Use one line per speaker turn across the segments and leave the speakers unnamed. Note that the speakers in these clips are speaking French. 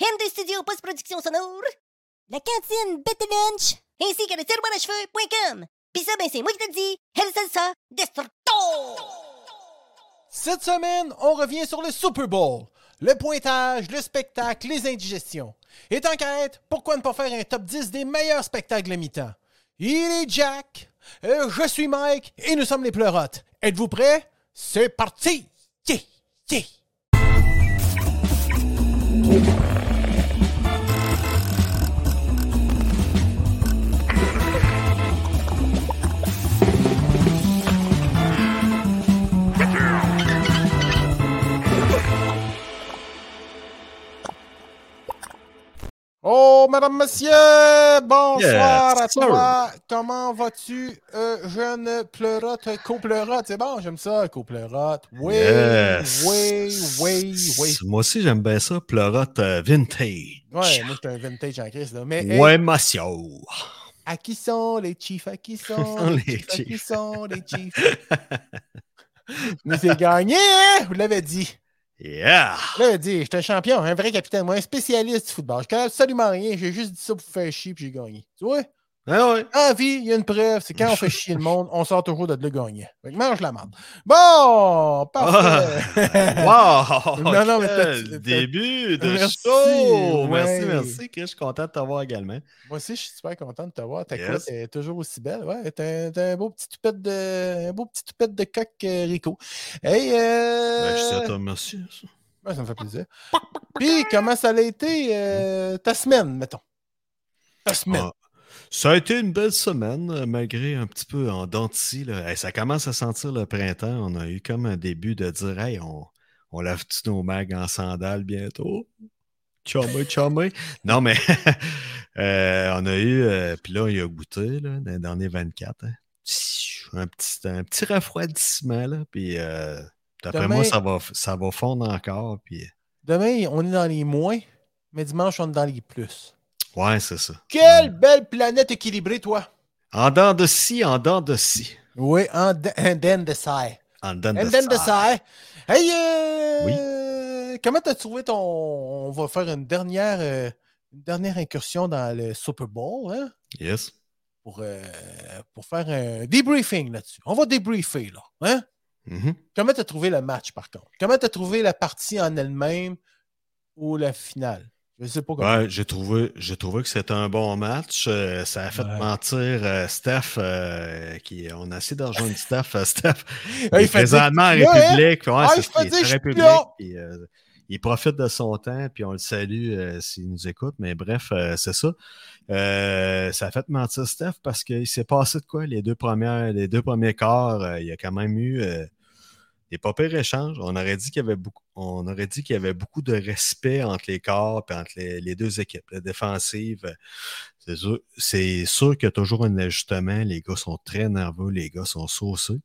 M2 Studio Post-Production Sonore,
La cantine Betty Lunch.
ainsi que le tiroir à cheveux.com. Pis ça, ben c'est moi qui te le dis, Hell Salsa Destructo!
Cette semaine, on revient sur le Super Bowl. Le pointage, le spectacle, les indigestions. Et tant qu'à être, pourquoi ne pas faire un top 10 des meilleurs spectacles à mi-temps? Il est Jack, euh, je suis Mike et nous sommes les pleurotes. Êtes-vous prêts? C'est parti! Yeah, yeah. Oh, madame, monsieur, bonsoir
Yes,
à
sir.
toi. Comment vas-tu, euh, jeune pleurote, co-pleurote? C'est bon, j'aime ça, co-pleurote. Oui,
Yes.
oui, oui, oui.
Moi aussi, j'aime bien ça, pleurote euh, vintage.
Ouais, moi, j'étais un vintage en crise, là. Mais, hey,
Ouais, monsieur.
à qui sont les chiefs? À qui sont
Les
les chiefs? À qui
Chiefs.
sont les chiefs? Mais c'est gagné, hein? Vous l'avez dit.
Yeah.
Vous l'avez dit. J'étais un champion, un vrai capitaine, moi, un spécialiste du football. Je connais absolument rien. J'ai juste dit ça pour vous faire chier, puis j'ai gagné. Tu vois?
Ah ouais.
En vie, il y a une preuve. C'est quand on fait chier le monde, on sort toujours de le gagner. Fait que mange la merde. Bon! Parfait!
Wow!
Non, non, mais
Quel
t'as- t'as-
début de
Merci,
show!
ouais.
Merci, merci, Chris. Je suis content de t'avoir également.
Moi aussi, je suis super content de te voir. Ta
Yes.
couette est toujours aussi belle. Ouais, t'as un- t'as un beau petit toupette de, un beau petit toupette de coq euh, Rico. Hey, euh,
Ben, je te remercie. ça.
ouais, ça me fait plaisir. Puis, comment ça a été euh, ta semaine, mettons? Ta semaine.
Ah, Ça a été une belle semaine, euh, malgré un petit peu en dents de scie, là. Hey, ça commence à sentir le printemps. On a eu comme un début de dire Hey, on, on lave-tu nos mags en sandales bientôt? Chumé, chumé. Non, mais euh, on a eu. euh, Puis là, il a goûté là, dans les derniers 24. hein. Un petit, un petit rafraîchissement. là, Puis euh, d'après
Demain-
moi, ça va, ça va fondre encore. Puis
Demain, on est dans les moins, mais dimanche, on est dans les plus.
ouais, c'est ça.
Quelle belle planète équilibrée, toi!
En dents de scie, en dents de scie.
Oui, en den de Sai.
En dents
And then the
scie.
side. Hey, euh, comment t'as trouvé ton. On va faire une dernière, euh, une dernière incursion dans le Super Bowl, hein,
Yes.
Pour, euh, pour faire un debriefing là-dessus. On va débriefer, là. Hein?
Mhm.
Comment t'as trouvé le match, par contre? Comment t'as trouvé la partie en elle-même ou la finale? Je sais pas comment.
Ouais, j'ai trouvé, j'ai trouvé que c'était un bon match. Euh, ça a fait
Ouais.
mentir euh, Steph, euh, qui on a essayé de rejoindre Steph. euh, Steph
Ah,
il
il
est
fait
présentement en
dire, là, hein?
République. Ouais,
Ah,
c'est
il
ce
fait
qu'il est
dire,
en
je suis
République,
là.
puis, euh, il profite de son temps, puis on le salue euh, s'il nous écoute. Mais bref, euh, c'est ça. Euh, ça a fait mentir Steph parce qu'il s'est passé de quoi les deux premières, les deux premiers quarts. euh, il y a quand même eu euh, des pas pires échanges. On aurait dit qu'il y avait beaucoup, on aurait dit qu'il y avait beaucoup de respect entre les corps et entre les, les deux équipes. La défensive, euh, c'est sûr, c'est sûr qu'il y a toujours un ajustement. Les gars sont très nerveux, les gars sont saucés.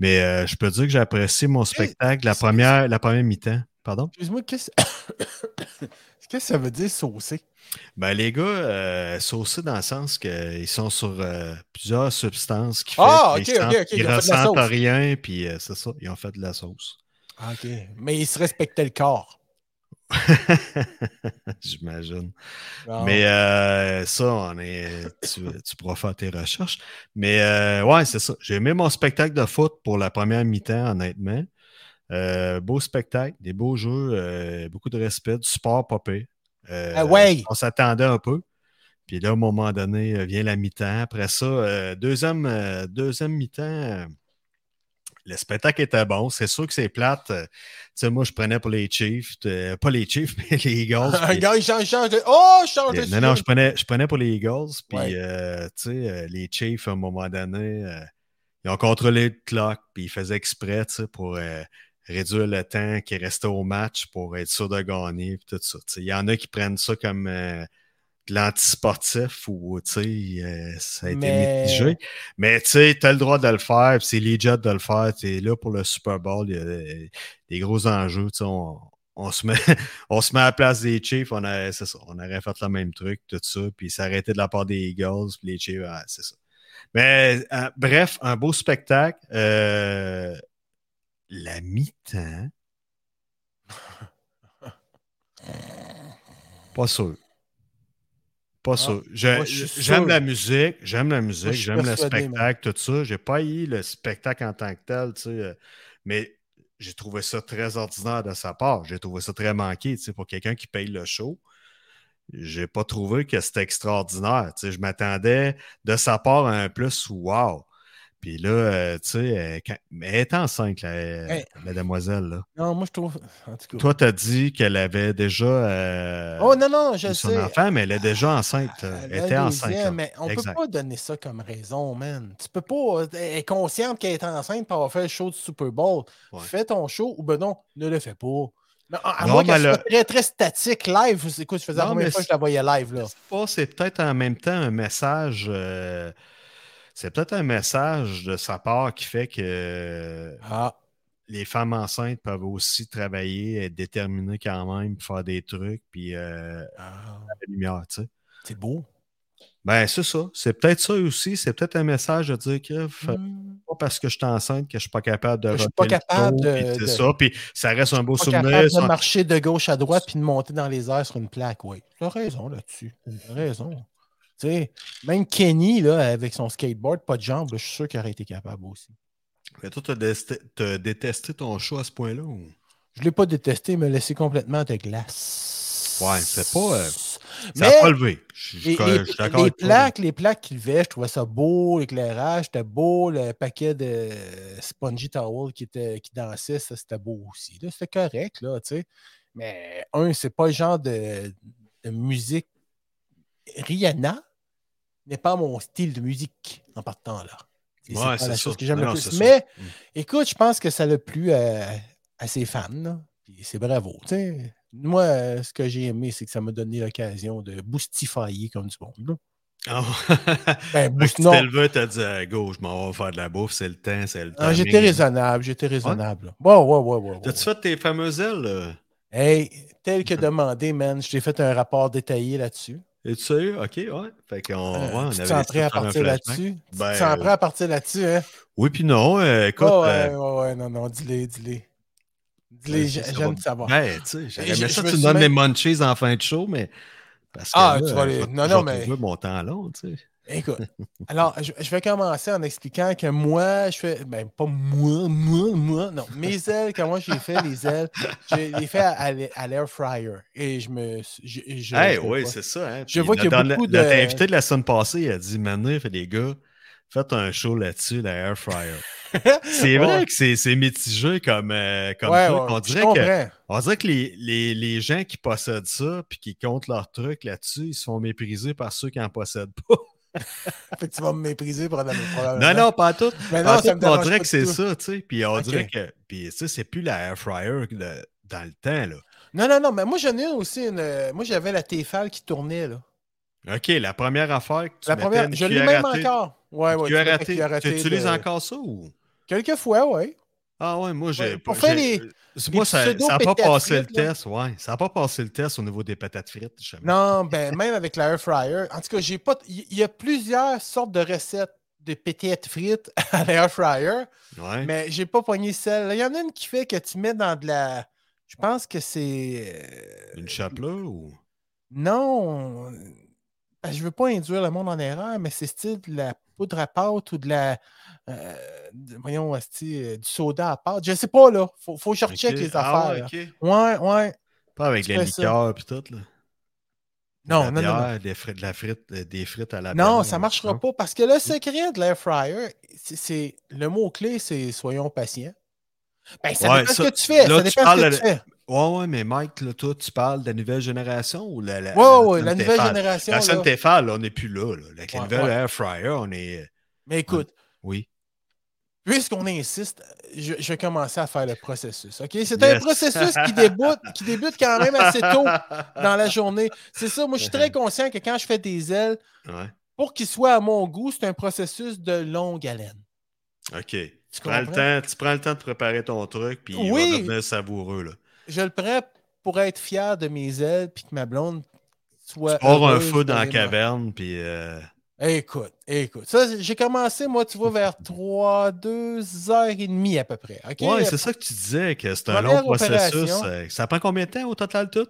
Mais euh, je peux dire que j'ai apprécié mon spectacle la
excuse-
première, la première mi-temps. Pardon?
Excuse-moi, qu'est-ce qu'est-ce que ça veut dire saucer?
Ben, les gars, euh, saucés dans le sens qu'ils sont sur euh, plusieurs substances qui font
Ah,
qu'ils
ok, ok,
sentent-
ok,
qu'ils
ils ont fait de la
ressentent
sauce.
rien, puis euh, c'est ça, ils ont fait de la sauce.
Ah, OK. Mais il se respectait le corps.
J'imagine.
Ah.
Mais euh, ça, on est, tu, tu pourras faire tes recherches. Mais euh, ouais, c'est ça. J'ai aimé mon spectacle de foot pour la première mi-temps, honnêtement. Euh, beau spectacle, des beaux jeux, euh, beaucoup de respect, du sport popé. Euh,
Ah ouais!
On s'attendait un peu. Puis là, à un moment donné, euh, vient la mi-temps. Après ça, euh, deuxième, euh, deuxième mi-temps, euh, le spectacle était bon. C'est sûr que c'est plate. Euh, Tu sais, moi, je prenais pour les Chiefs, euh, pas les Chiefs, mais les Eagles.
Un
Puis-
gars, il change, change de. Oh, je change de
Euh, non, non,
sujet.
je prenais, je prenais pour les Eagles. Puis,
Ouais.
euh, tu sais, euh, les Chiefs, à un moment donné, euh, ils ont contrôlé le clock. Puis, ils faisaient exprès, tu sais, pour euh, réduire le temps qui restait au match pour être sûr de gagner. Puis, tout ça. tu sais. Il y en a qui prennent ça comme euh, de l'antisportif ou, tu sais, euh, ça a été
Mais-
mitigé. Mais, tu sais, t'as le droit de le faire. Puis, c'est legit de le faire. T'es là pour le Super Bowl. Il y a des, des gros enjeux. Tu sais, on- on se met on se met à la place des Chiefs, on, a, c'est ça, on aurait fait le même truc, tout ça, puis s'arrêter de la part des Eagles, puis les Chiefs, ah, c'est ça. Mais euh, bref, un beau spectacle. Euh, la mi-temps. Pas sûr. Pas sûr. Je-
Ah, moi, je suis
J'aime
sûr.
la musique, j'aime la
Moi,
musique,
je suis
j'aime le
persuadé,
spectacle, tout ça. J'ai pas eu le spectacle en tant que tel, tu sais, euh, mais j'ai trouvé ça très ordinaire de sa part. J'ai trouvé ça très manqué, tu sais, pour quelqu'un qui paye le show. J'ai pas trouvé que c'était extraordinaire. tu sais. je m'attendais de sa part à un plus wow. Puis là, euh, tu sais, euh, quand- mais elle est enceinte, la,
Hey.
la demoiselle. Là.
Non, moi, je trouve. En tout cas.
Toi, t'as dit qu'elle avait déjà. euh,
oh, non, non, je
eu
sais. Ah, Euh,
son enfant, mais elle est déjà enceinte. Elle
La
euh, était enceinte.
deuxième,
là.
Mais on
Exact.
peut pas donner ça comme raison, man. Tu peux pas. euh, Elle est consciente qu'elle est enceinte pour avoir fait le show du Super Bowl.
Ouais.
Fais ton show ou ben non, ne le fais pas. Non, à à
Non,
moins qu'elle
mais
soit très, très statique live. Écoute, je faisais la
Non,
première
mais
fois que
c'est-
je la voyais live.
Je
Là.
sais pas, c'est peut-être en même temps un message. euh, c'est peut-être un message de sa part qui fait que
Ah,
les femmes enceintes peuvent aussi travailler, être déterminées quand même, faire des trucs, puis euh,
ah,
la lumière, tu sais.
c'est beau.
Ben, c'est ça. C'est peut-être ça aussi. C'est peut-être un message de dire que fait
Hmm.
pas parce que je suis enceinte que je suis pas capable de.
Je suis
rocker
pas
le
capable
show,
de-
puis C'est
de-
ça. Puis ça reste un beau
Pas
souvenir.
capable
ça-
de marcher de gauche à droite puis de monter dans les airs sur une plaque, oui. Tu as raison là-dessus. Tu as raison. Tu sais, même Kenny, là, avec son skateboard, pas de jambes, là, je suis sûr qu'il aurait été capable aussi.
Mais toi, t'as détesté- t'as détesté ton show à ce point-là? ou?
Je l'ai pas détesté, mais laissé complètement de glace.
Ouais, c'est pas, euh, Ça
Mais
n'a pas levé. Je je-
les, les-
je suis d'accord
les
avec toi, là.
plaques, les plaques qu'il levait, je trouvais ça beau, l'éclairage, c'était beau, le paquet de spongy towel qui, était, qui dansait, ça c'était beau aussi. là. C'était correct, là, tu sais. Mais un, c'est pas le genre de, de musique. Rihanna n'est pas mon style de musique en partant là. Et
Ouais,
pas
c'est
la chose
ça.
que j'aime
Non,
le
non,
plus.
c'est ça.
Mais
Mm.
écoute, je pense que ça l'a plu à, à ses fans. là. Puis C'est bravo. tu sais. Moi, euh, ce que j'ai aimé, c'est que ça m'a donné l'occasion de boostifier comme du monde. là.
Ah
Ben,
ouais.
boost,
Tu
non.
t'es levé, t'as dit à gauche, je m'en vais faire de la bouffe, c'est le temps, c'est le temps.
Ah, j'étais raisonnable, j'étais raisonnable. là. Ouais, ouais, ouais, ouais. ouais,
T'as-tu
ouais.
fait tes fameuses ailes? euh? là?
Hey, tel que demandé, man, je t'ai fait un rapport détaillé là-dessus.
Es-tu sérieux? OK, ouais. Fait qu'on
Euh,
Ah ouais, on
tu
avait
te
décidé
sens
de
prêt à
faire un
partir
flashback.
là-dessus? Tu
Ben,
te sens prêt à partir là-dessus, hein?
Oui, puis non, euh, écoute.
Ouais,
euh,
ouais, ouais, ouais, non, non, dis-les, dis-les. Dis-les,
euh,
j'ai-
ça va-
j'aime savoir.
Ben, tu sais, j'aurais
Je-
aimé
je
ça,
me
tu me
suis
donnes
même-
des munchies en fin de show, mais. Parce que
Ah,
là,
tu vas
euh,
les-
je vais-
non,
je
non,
vais
mais-
trouver mon temps long, tu sais.
Écoute, alors, je, je vais commencer en expliquant que moi, je fais, ben, pas moi, moi, moi, non, mes ailes, comment j'ai fait les ailes, je les fait à, à l'ai- à l'air fryer. Et je me. suis- Je, je-
Eh
je-
oui,
je-
c'est ça. hein.
Je
Puis
vois qu'il y a
dans
beaucoup
le-
de-
Notre invité de la semaine passée, il a dit Maintenant, fait, les gars, faites un show là-dessus, la air fryer. c'est vrai
Ouais.
que c'est c'est mitigé comme, euh, comme
Ouais,
truc.
ouais,
on,
je
dirait que,
comprends.
on dirait que les, les, les gens qui possèdent ça puis qui comptent leur truc là-dessus, ils se font mépriser par ceux qui n'en possèdent pas.
Fait que tu vas me mépriser pour
non, non, pas à tout.
Mais
En
Ah non,
fait,
ça me dérange
on dirait
pas
que c'est
du tout.
ça, tu sais. Puis on
Ok.
dirait que. Puis tu sais, c'est plus la air fryer de- dans le temps, là.
Non, non, non, mais moi j'en ai aussi une. euh, Moi j'avais la Tefal qui tournait là.
OK, la première affaire que tu
la
mettais
première,
une
je l'ai
cuillère
même
à thé-
encore. Ouais,
une
ouais.
cuillère
mettais
à
la
thé.
cuillère à
Tu
thé
utilises
de-
encore ça ou?
Quelques fois, ouais.
Ah ouais, moi j'ai.
Ouais, pour faire les-
j'ai- c'est-
les
Moi, ça
pseudo
n'a pas
patates
passé le
frites, là.
test, ouais. Ça n'a pas passé le test au niveau des patates frites, justement.
Non, ben même avec la air fryer. En tout cas, j'ai pas. Il y- y a plusieurs sortes de recettes de pétillettes frites à l'air fryer,
Ouais.
mais j'ai pas pogné celle. Il y en a une qui fait que tu mets dans de la. Je pense que c'est. euh,
Une chapelure ou.
Non, euh, je veux pas induire le monde en erreur, mais c'est style de la poudre à pâte ou de la. euh, de- voyons, asti, euh, du soda à pâte. Je sais pas, là. Faut, faut que je recheck
Ok.
les
Ah
affaires.
ouais, ok.
là. Ouais, ouais.
Pas avec
Tu
les
fais ça.
liqueurs et tout, là.
Non,
la
non, non, non.
bière, Des frites, de la frite, euh, des frites à la
Non,
bière,
ça
non.
marchera pas parce que le secret de l'air fryer, c'est- c'est. Le mot-clé, c'est soyons patients. Ben, ça
Ouais,
dépend
ça-
ce que tu fais.
là,
ça
tu
dépend ce que
parles
tu
de-
fais.
Ouais, ouais, mais Mike, là, toi, tu parles de la nouvelle génération ou Ben, la. la
Ouais, ouais, ouais,
scène
la nouvelle
Tefal?
génération.
La
là.
scène Tefal, là, on n'est plus là, là. Avec la
Ouais,
nouvelle
ouais.
air fryer, on est. euh,
Mais écoute,
Oui.
Puisqu'on insiste, je, je vais commencer à faire le processus. OK? C'est un
Yes.
processus qui débute, qui débute quand même assez tôt dans la journée. C'est ça, moi je suis très conscient que quand je fais des ailes,
Ouais.
pour qu'ils soient à mon goût, c'est un processus de longue haleine.
OK. Tu, prends
comprends?
le temps, tu prends le temps de préparer ton truc, puis il
Oui.
va devenir savoureux, là.
Je le prends pour être fier de mes ailes puis que ma blonde soit.
Or un
heureuse
feu
de
dans la
les manger.
caverne, puis euh,
Écoute, écoute. Ça, j'ai commencé, moi, tu vois, vers 3, 2 heures et demie à peu près. OK?
ouais, c'est ça que tu disais, que c'est un long
Première
processus.
opération.
euh, ça prend combien de temps au total tout?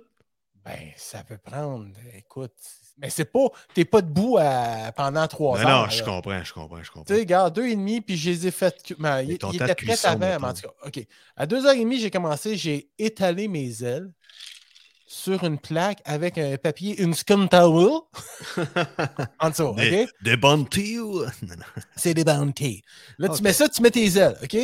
Ben, ça peut prendre. Écoute, mais c'est pas. T'es pas debout à- pendant trois
Ben Non,
heures.
non, je
là.
comprends, je comprends, je comprends.
Tu sais, regarde, deux et demi, puis je les ai faites. cu- Ben,
Et
ils
ton
ils
temps de
étaient prêts
cuisson,
avant, mais en
mettons.
tout cas. OK. À deux heures et demie, j'ai commencé, j'ai étalé mes ailes sur une plaque avec un papier, une scum towel. en dessous, OK?
Des, des bonnes tuyaux. Non, non.
C'est des bounties. Là,
Ok.
tu mets ça, tu mets tes ailes, OK?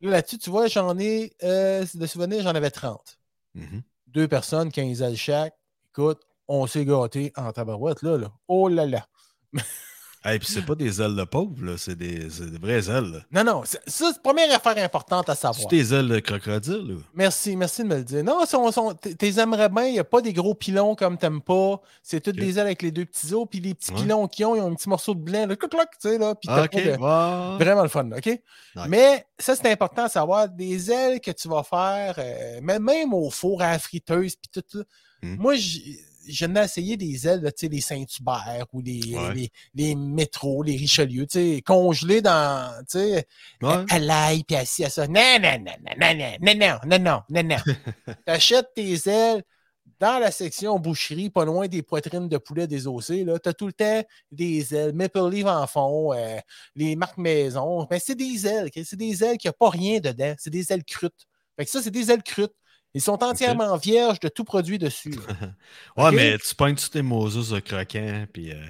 Là, là-dessus, tu vois, j'en ai, euh, de souvenirs, j'en avais 30.
Mhm.
Deux personnes, 15 ailes chaque. Écoute, on s'est gâtés en tabarouette, là, là. Oh là là.
Hey, puis c'est pas des ailes de pauvre, là, c'est des, c'est des vraies ailes. là.
Non, non, c'est- ça, c'est la première affaire importante à savoir.
C'est des ailes de crocodile. Là.
Merci, merci de me le dire. Non, sont, sont, t- t'es aimerais bien, il n'y a pas des gros pilons comme t'aimes pas. C'est toutes
Ok.
des ailes avec les deux petits os, puis les petits
Ouais.
pilons qu'ils ont, ils ont un petit morceau de blé, là, cloc, cloc, tu sais, là, puis t'as
Ah, Ok,
pas de-
bon.
Vraiment le fun, OK? Mais ça, c'est important à savoir, des ailes que tu vas faire, euh, mais même au four à la friteuse, puis tout ça.
Hmm.
Moi, j- je n'ai essayé des ailes, là, tu sais, les Saint-Hubert ou les,
Ouais.
les, les métros, les Richelieu, tu sais, congelées dans, tu sais,
Ouais.
à l'ail puis assis à ça. Non, non, non, non, non, non, non, non, non, non, non, non. T'achètes tes ailes dans la section boucherie, pas loin des poitrines de poulet désossées. Là. T'as tout le temps des ailes. Maple Leaf en fond, euh, les marques maison. Ben, c'est des ailes. que- C'est des ailes qui n'ont pas rien dedans. C'est des ailes crutes. Fait que ça, c'est des ailes crutes. Ils sont entièrement vierges de tout produit dessus. là.
Ouais,
ok.
mais tu pognes tous tes Moses de croquant, puis euh,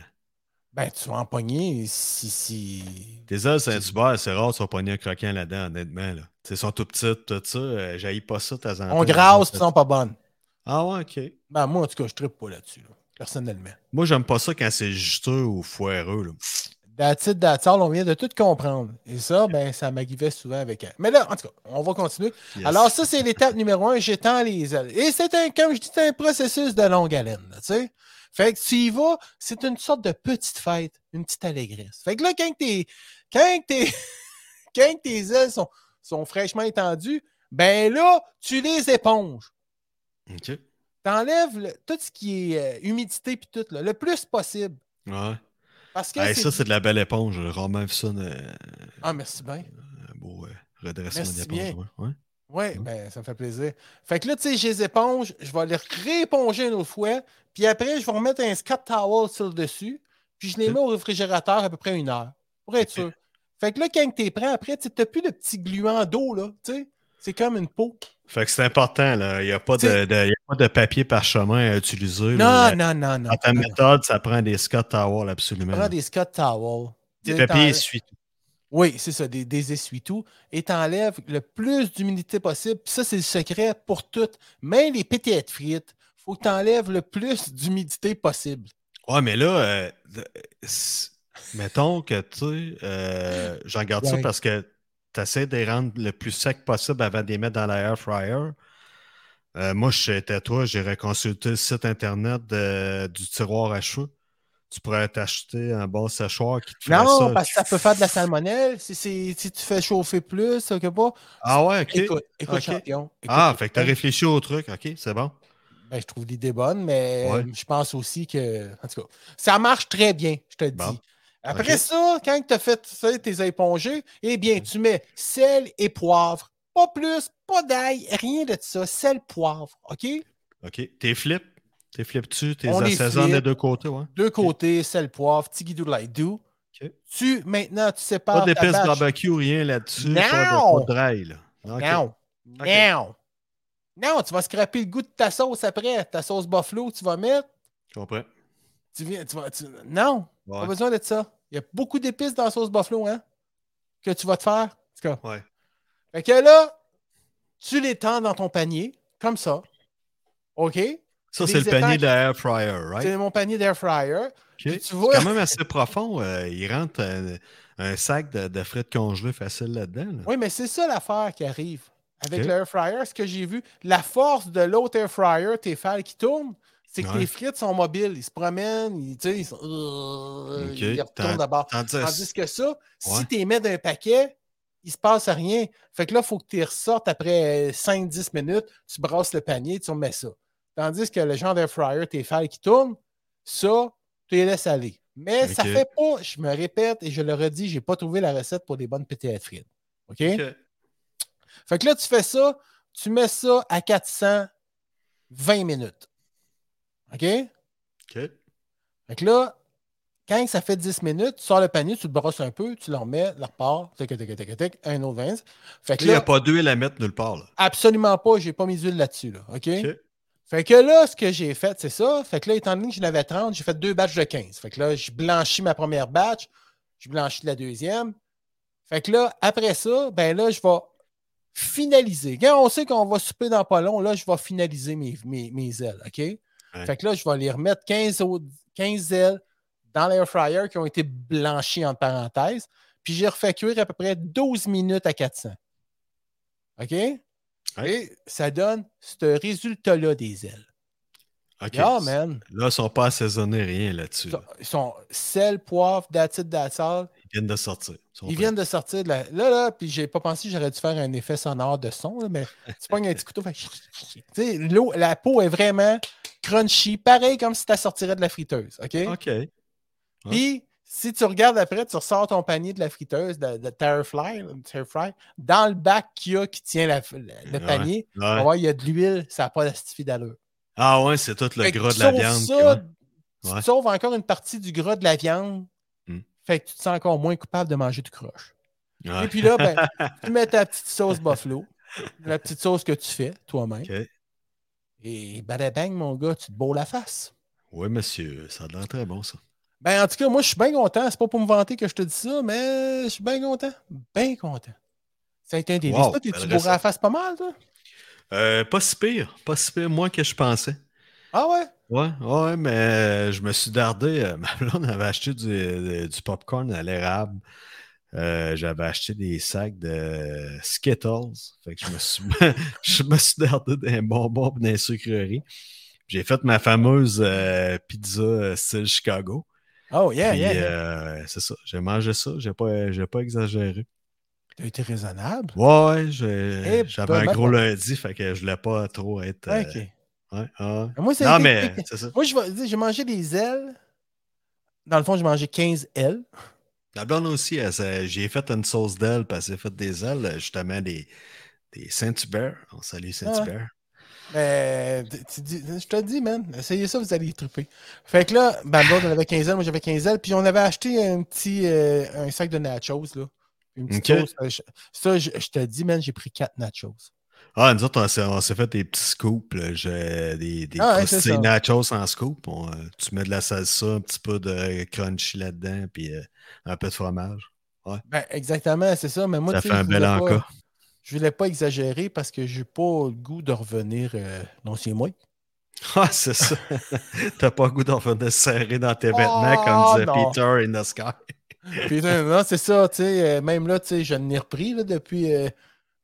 ben, tu vas en pogner si. si...
tes ailes Saint-Hubert, c'est rare de se pogner un croquant là-dedans, honnêtement. Là. Tu sais, Elles sont tout petites, tout ça. Euh, J'haïs pas ça, t'as
On grasse, ils sont pas bonnes.
Ah ouais, ok.
Ben, moi, en tout cas, je trippe pas là-dessus, là, personnellement.
Moi, j'aime pas ça quand c'est juteux ou foireux. Là.
That's it, that's all. On vient de tout comprendre. Et ça, ben, ça m'arrivait souvent avec elle. Mais là, en tout cas, on va continuer.
Yes.
Alors, ça, c'est l'étape numéro un. J'étends les ailes. Et c'est un, comme je dis, c'est un processus de longue haleine, là, tu sais. Fait que tu y vas, c'est une sorte de petite fête, une petite allégresse. Fait que là, quand que tes, quand que tes, quand que tes ailes sont, sont fraîchement étendues, ben là, tu les éponges.
Ok.
T'enlèves le- tout ce qui est euh, humidité puis tout, là, le plus possible.
Ouais.
Parce que
Hey,
c'est-
ça, c'est de la belle éponge. Romain a vu ça, euh,
Ah, merci bien.
un beau euh, redressement
Merci bien.
d'éponge. ouais. Ouais.
Oui,
Mm.
ben, ça me fait plaisir. Fait que là, tu sais, je les éponge, je vais les rééponger une autre fois, puis après, je vais remettre un Scott Towel sur le dessus, puis je les
Ok.
mets au réfrigérateur à peu près une heure, pour être sûr. Fait que là, quand t'es prêt, après, tu n'as plus de petit gluant d'eau, là, tu sais. C'est comme une peau.
Fait que c'est important, là. Il n'y a, pas
Tu
de,
sais-
de- il y a pas de papier parchemin à utiliser. là. La-
Non, non, non, non.
Dans ta
non, non.
méthode, ça prend des Scott Tower, absolument.
Prends des Scott Towel.
Des
Tu sais,
papiers
t'en-
essuie
Oui, c'est ça, des, des essuie-tout. Et t'enlèves le plus d'humidité possible. Puis ça, c'est le secret pour toutes. Même les pétillettes frites, faut que t'enlèves le plus d'humidité possible.
Ouais, mais là, euh, de- s- mettons que tu sais, euh, j'en garde ça
Ouais.
parce que tu essaies de les rendre le plus sec possible avant de les mettre dans l'air fryer. Euh, moi, je suis à toi, j'irais consulter le site internet de- du tiroir à cheveux. Tu pourrais t'acheter un bon séchoir qui te ferait
Non,
ça.
parce que ça peut faire de la salmonelle si, c'est- si tu fais chauffer plus, ça que pas.
Ah ouais, ok.
Écoute, écoute,
ok.
champion. écoute,
ah, fait que t'as
champion.
réfléchi au truc, ok, c'est bon.
Ben, je trouve l'idée bonne, mais euh,
Ouais.
je pense aussi que. En tout cas, ça marche très bien, je te le
Bon.
dis. Après
Ok.
ça, quand tu as fait ça, tes épongés, eh bien, tu mets sel et poivre. Pas plus, pas d'ail, rien de ça. Sel, poivre, OK?
Ok. T'es flip, t'es flip tu t'es
On les
assaisonnes des
flippe.
deux côtés, ouais.
Deux côtés, sel, poivre, tigidou light do.
Ok.
Tu, maintenant, tu sépares.
Pas
ta
d'épices
batch.
barbecue, rien là-dessus. pas de-
Non!
Pas de rail, là. Ok.
Non.
Ok.
Non. Non, tu vas scraper le goût de ta sauce après. Ta sauce buffalo, tu vas mettre.
Je comprends.
Tu viens, tu vas, tu- Non,
Ouais.
pas besoin de ça. Il y a beaucoup d'épices dans la sauce buffalo, hein? Que tu vas te faire. En tout cas.
Ouais.
Fait que là, tu les tends dans ton panier, comme ça. OK?
Ça,
Des
c'est le panier
étapes.
de la air fryer, right?
C'est mon panier d'air fryer.
Ok.
Puis tu
C'est
vois.
quand même assez profond. euh, il rentre euh, un sac de, de frites congelées facile là-dedans. là.
Oui, mais c'est ça l'affaire qui arrive. Avec
Ok.
le air fryer, ce que j'ai vu, la force de l'autre air fryer, tes fers qui tournent, c'est que
Ouais.
tes frites sont mobiles. Ils se promènent, ils, tu sais, ils, sont, euh,
Ok.
ils retournent
T'en-
d'abord.
Tandis,
Tandis que ça,
Ouais.
si tu les mets d'un paquet, il se passe rien. Fait que là, il faut que tu les ressortes après euh, 5-10 minutes, tu brasses le panier, tu remets ça. Tandis que le genre d'air fryer, tes fers qui tournent, ça, tu les laisses aller. Mais ça
Ok.
fait pas, je me répète et je le redis, j'ai pas trouvé la recette pour des bonnes pétillettes frites. OK?
Ok.
Fait que là, tu fais ça, tu mets ça à 420 minutes. OK?
OK.
Fait que là, quand ça fait 10 minutes, tu sors le panier, tu le brosses un peu, tu le remets, le repars, tic, tic, tic, tic, tic, un autre 20. Fait que
Il n'y a
là,
pas d'huile à mettre nulle part. Là.
absolument pas, j'ai pas mis d'huile là-dessus, là. OK?
OK.
Fait que là, ce que j'ai fait, c'est ça. Fait que là, étant donné que j'en avais 30, j'ai fait deux batchs de 15. Fait que là, je blanchis ma première batch, je blanchis la deuxième. Fait que là, après ça, ben là, je vais finaliser. Quand on sait qu'on va souper dans pas long, là, je vais finaliser mes, mes, mes ailes, OK? Fait que là, je vais les remettre 15, autres- 15 ailes dans l'air fryer qui ont été blanchies en parenthèse. Puis j'ai refait cuire à peu près 12 minutes à 400. OK? Et ça donne ce résultat-là des ailes.
OK.
Yeah, man.
Là, ils ne sont pas assaisonnés, rien là-dessus.
Ils
là.
sont- Ils sont sel, poivre, datite, datsal.
Ils viennent de sortir. sont
Ils
prêts.
viennent de sortir de la... Là, là, puis j'ai pas pensé que j'aurais dû faire un effet sonore de son, là, mais tu pognes un petit couteau, fait... Tu sais, l'eau- la peau est vraiment crunchy, pareil comme si tu la sortirais de la friteuse, OK?
OK. Ouais.
Puis, si tu regardes après, tu ressors ton panier de la friteuse, de, de Terrafly, là, Terrafry, dans le bac qu'il y a qui tient la- le le
Ouais.
panier,
Ouais.
on voit, il y a de l'huile, ça n'a pas d'astifié d'allure.
Ah ouais, c'est tout le
Fait que
gras
tu
de la
sauves
viande. qui-
ça,
ouais.
Tu
Ouais.
te sauves encore une partie du gras de la viande.
Hmm.
Fait que tu te sens encore moins coupable de manger du croche.
Ouais.
Et puis là, ben, tu mets ta petite sauce buffalo, la petite sauce que tu fais toi-même.
OK.
Et badabang, mon gars, tu te boules la face.
Oui, monsieur, ça a l'air très bon, ça.
Ben, en tout cas, moi, je suis bien content. C'est pas pour me vanter que je te dis ça, mais je suis bien content. Bien content. Ça a été un délice.
Wow,
Toi, t'es-tu
belle
bourré à la
recette.
face pas mal, toi?
Euh, pas si pire, pas si pire, moi, que je pensais.
Ah ouais?
Ouais, ouais, mais euh, je me suis dardé. euh, ma blonde avait acheté du, euh, du popcorn à l'érable. Euh, J'avais acheté des sacs de Skittles. Fait que je me suis, je me suis dardé d'un bonbon et d'un sucrerie. J'ai fait ma fameuse euh, pizza style Chicago.
Oh, yeah,
Puis,
yeah. yeah.
euh, c'est ça, j'ai mangé ça. J'ai pas, j'ai pas exagéré.
T'as été raisonnable.
Ouais, ouais, j'ai-
Eh,
j'avais
ben,
un gros
maintenant.
lundi, fait que je voulais pas trop être. euh,
OK. Ben,
ouais, ouais.
Moi, ça a
Non,
été-
mais c'est ça.
Moi, je vais dire, j'ai mangé des ailes. Dans le fond, j'ai mangé 15 ailes.
La blonde aussi, elle s'est- j'ai fait une sauce d'aile parce qu'elle a fait des ailes, justement, des, des Saint-Hubert. On
Ah,
salue Saint-Hubert.
Mais tu- tu dis- je te dis, man, essayez ça, vous allez y triper. Fait que là, ma blonde, elle avait 15 ailes, moi j'avais 15 ailes, puis on avait acheté un petit euh, un sac de nachos, là. Une petite
Ok.
sauce, euh, je- ça, je, je te dis, man, j'ai pris 4 nachos.
Ah, nous autres, on s'est, on s'est fait des petits scoops, là, je- des, des
Ah, ouais, c'est
croustilles
ça.
nachos en scoop. On, euh, tu mets de la salsa, un petit peu de crunchy là-dedans, puis euh, un peu de fromage.
Ben, exactement, c'est ça. Mais moi,
ça
tu
fait
sais, je
un bel
voulais pas-
encas.
Je voulais pas exagérer parce que j'ai pas le goût de revenir euh, non c'est moi.
Ah, c'est ça. T'as pas le goût d'en faire de serrer dans tes vêtements,
Oh,
comme disait
non.
Peter in the Sky.
Puis non, non, c'est ça, tu sais, euh, même là, tu sais, je n'ai repris là, depuis, euh,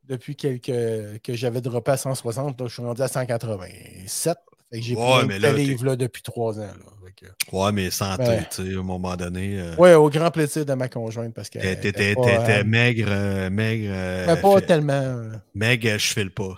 depuis quelques, que j'avais droppé à 160, là, je suis rendu à 187. Fait que j'ai
Ouais,
pris
mais
un
là,
tel
t'es-
livre là, depuis trois ans. Là. Fait que, euh,
Ouais, mais santé,
Ouais.
tu sais, à un moment donné. euh,
Ouais, au grand plaisir de ma conjointe parce que.
T'es- t'es- T'es
pas,
t'es- t'es
euh,
maigre, euh, maigre. euh,
mais pas
fait-
tellement. euh,
maigre, je file pas.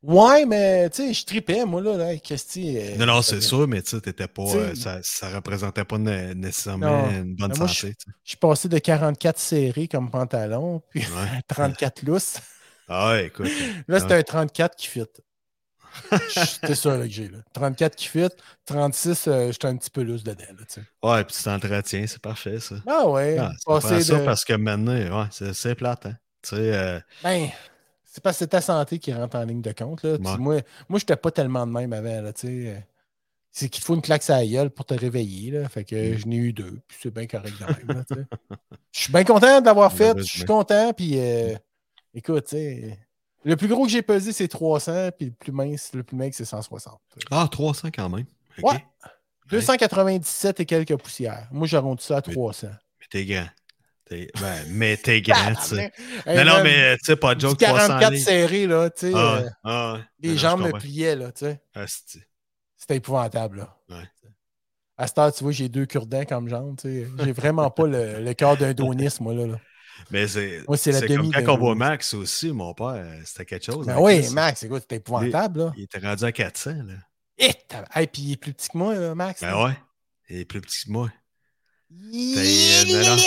Ouais, mais tu sais, je tripais, moi, là, là Christy. euh,
non, non,
euh,
c'est sûr, mais tu sais, t'étais pas.
Tu sais-
euh, ça, ça représentait pas né- nécessairement
Non.
une bonne
Mais moi, je-
santé. tu sais.
Je suis passé de 44 serrés comme pantalon, puis
Ouais.
34 lousses.
Ah, ouais, écoute.
Là, c'est un 34 qui fit. c'est ça là, que j'ai. Là. 34 qui fit, 36, euh, j'étais un petit peu loose dedans. Là, tu sais.
Ouais, puis tu t'entretiens, c'est parfait, ça.
ah ouais.
Ah, ça
passer
prend ça
de-
parce que maintenant, ouais, c'est- c'est plate, hein. Tu sais, euh,
Ben, c'est parce que c'est ta santé qui rentre en ligne de compte. Là. Puis
Ouais.
Moi, moi je n'étais pas tellement de même avant. Là, tu sais. Euh, C'est qu'il te faut une claque à la gueule pour te réveiller. Là. Fait que euh,
Mm.
je n'ai eu deux. Puis c'est bien correct de même, là, tu sais. Je suis bien content de l'avoir fait. Je suis
Malheureusement.
content. Puis euh, écoute, tu sais, le plus gros que j'ai pesé, c'est 300. Puis le plus mince, le plus maigre, c'est 160.
ah, 300 quand même. OK.
Ouais. 297 et quelques poussières. Moi, j'arrondis ça à
Mais-
300.
Mais t'es grand. T'es- ben, mais t'es grand, tu sais.
Hey,
non, non,
man,
mais tu sais, pas de
du
joke, 300
44
livres.
serré, là, tu sais.
Ah,
euh,
ouais, ah, ouais. Non,
les
non, je
jambes me
comprends.
pliaient, là, tu sais.
Ah, c'est-
C'était épouvantable, là.
Ouais.
À cette heure, tu vois, j'ai deux cure-dents comme jambes, tu sais. J'ai vraiment pas le, le corps d'un donis, moi, là. là.
Mais c'est
Moi, c'est la
c'est comme
demi
quand
de
on voit
Bruce.
Max aussi, mon père, euh, c'était quelque chose.
Ben
hein,
oui,
Chris.
Max, écoute, c'était épouvantable, là.
Il était rendu à 400, là.
Et hey, puis il est plus petit que moi, là, Max. là.
Ben ouais. Il est plus petit que moi.
Eh,
Hi,
ben
li,
non.
li, li.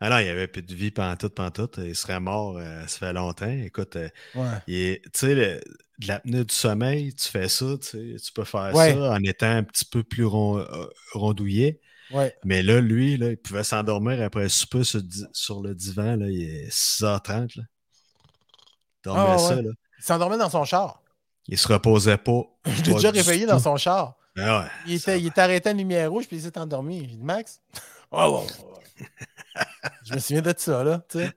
Ah non, il avait plus de vie pantoute, pantoute. Il serait mort, euh, ça fait longtemps. Écoute, euh,
Ouais.
il est- tu sais, le- de l'apnée du sommeil, tu fais ça, tu, sais, tu peux faire
Ouais.
ça en étant un petit peu plus ron- euh, rondouillet.
Ouais.
Mais là, lui, là, il pouvait s'endormir après un souper sur, le di- sur le divan, là, il est 6h30. Là. Il dormait
Ah,
ça,
ouais.
là.
Il s'endormait dans son char.
Il se reposait pas.
Je l'ai déjà réveillé dans son char.
Ah ouais.
Il
Ça
était, il était arrêté à une lumière rouge, puis il s'est endormi. J'ai dit, Max,
Ah,
Ouais, ouais, ouais. je me souviens de ça, là. tu sais.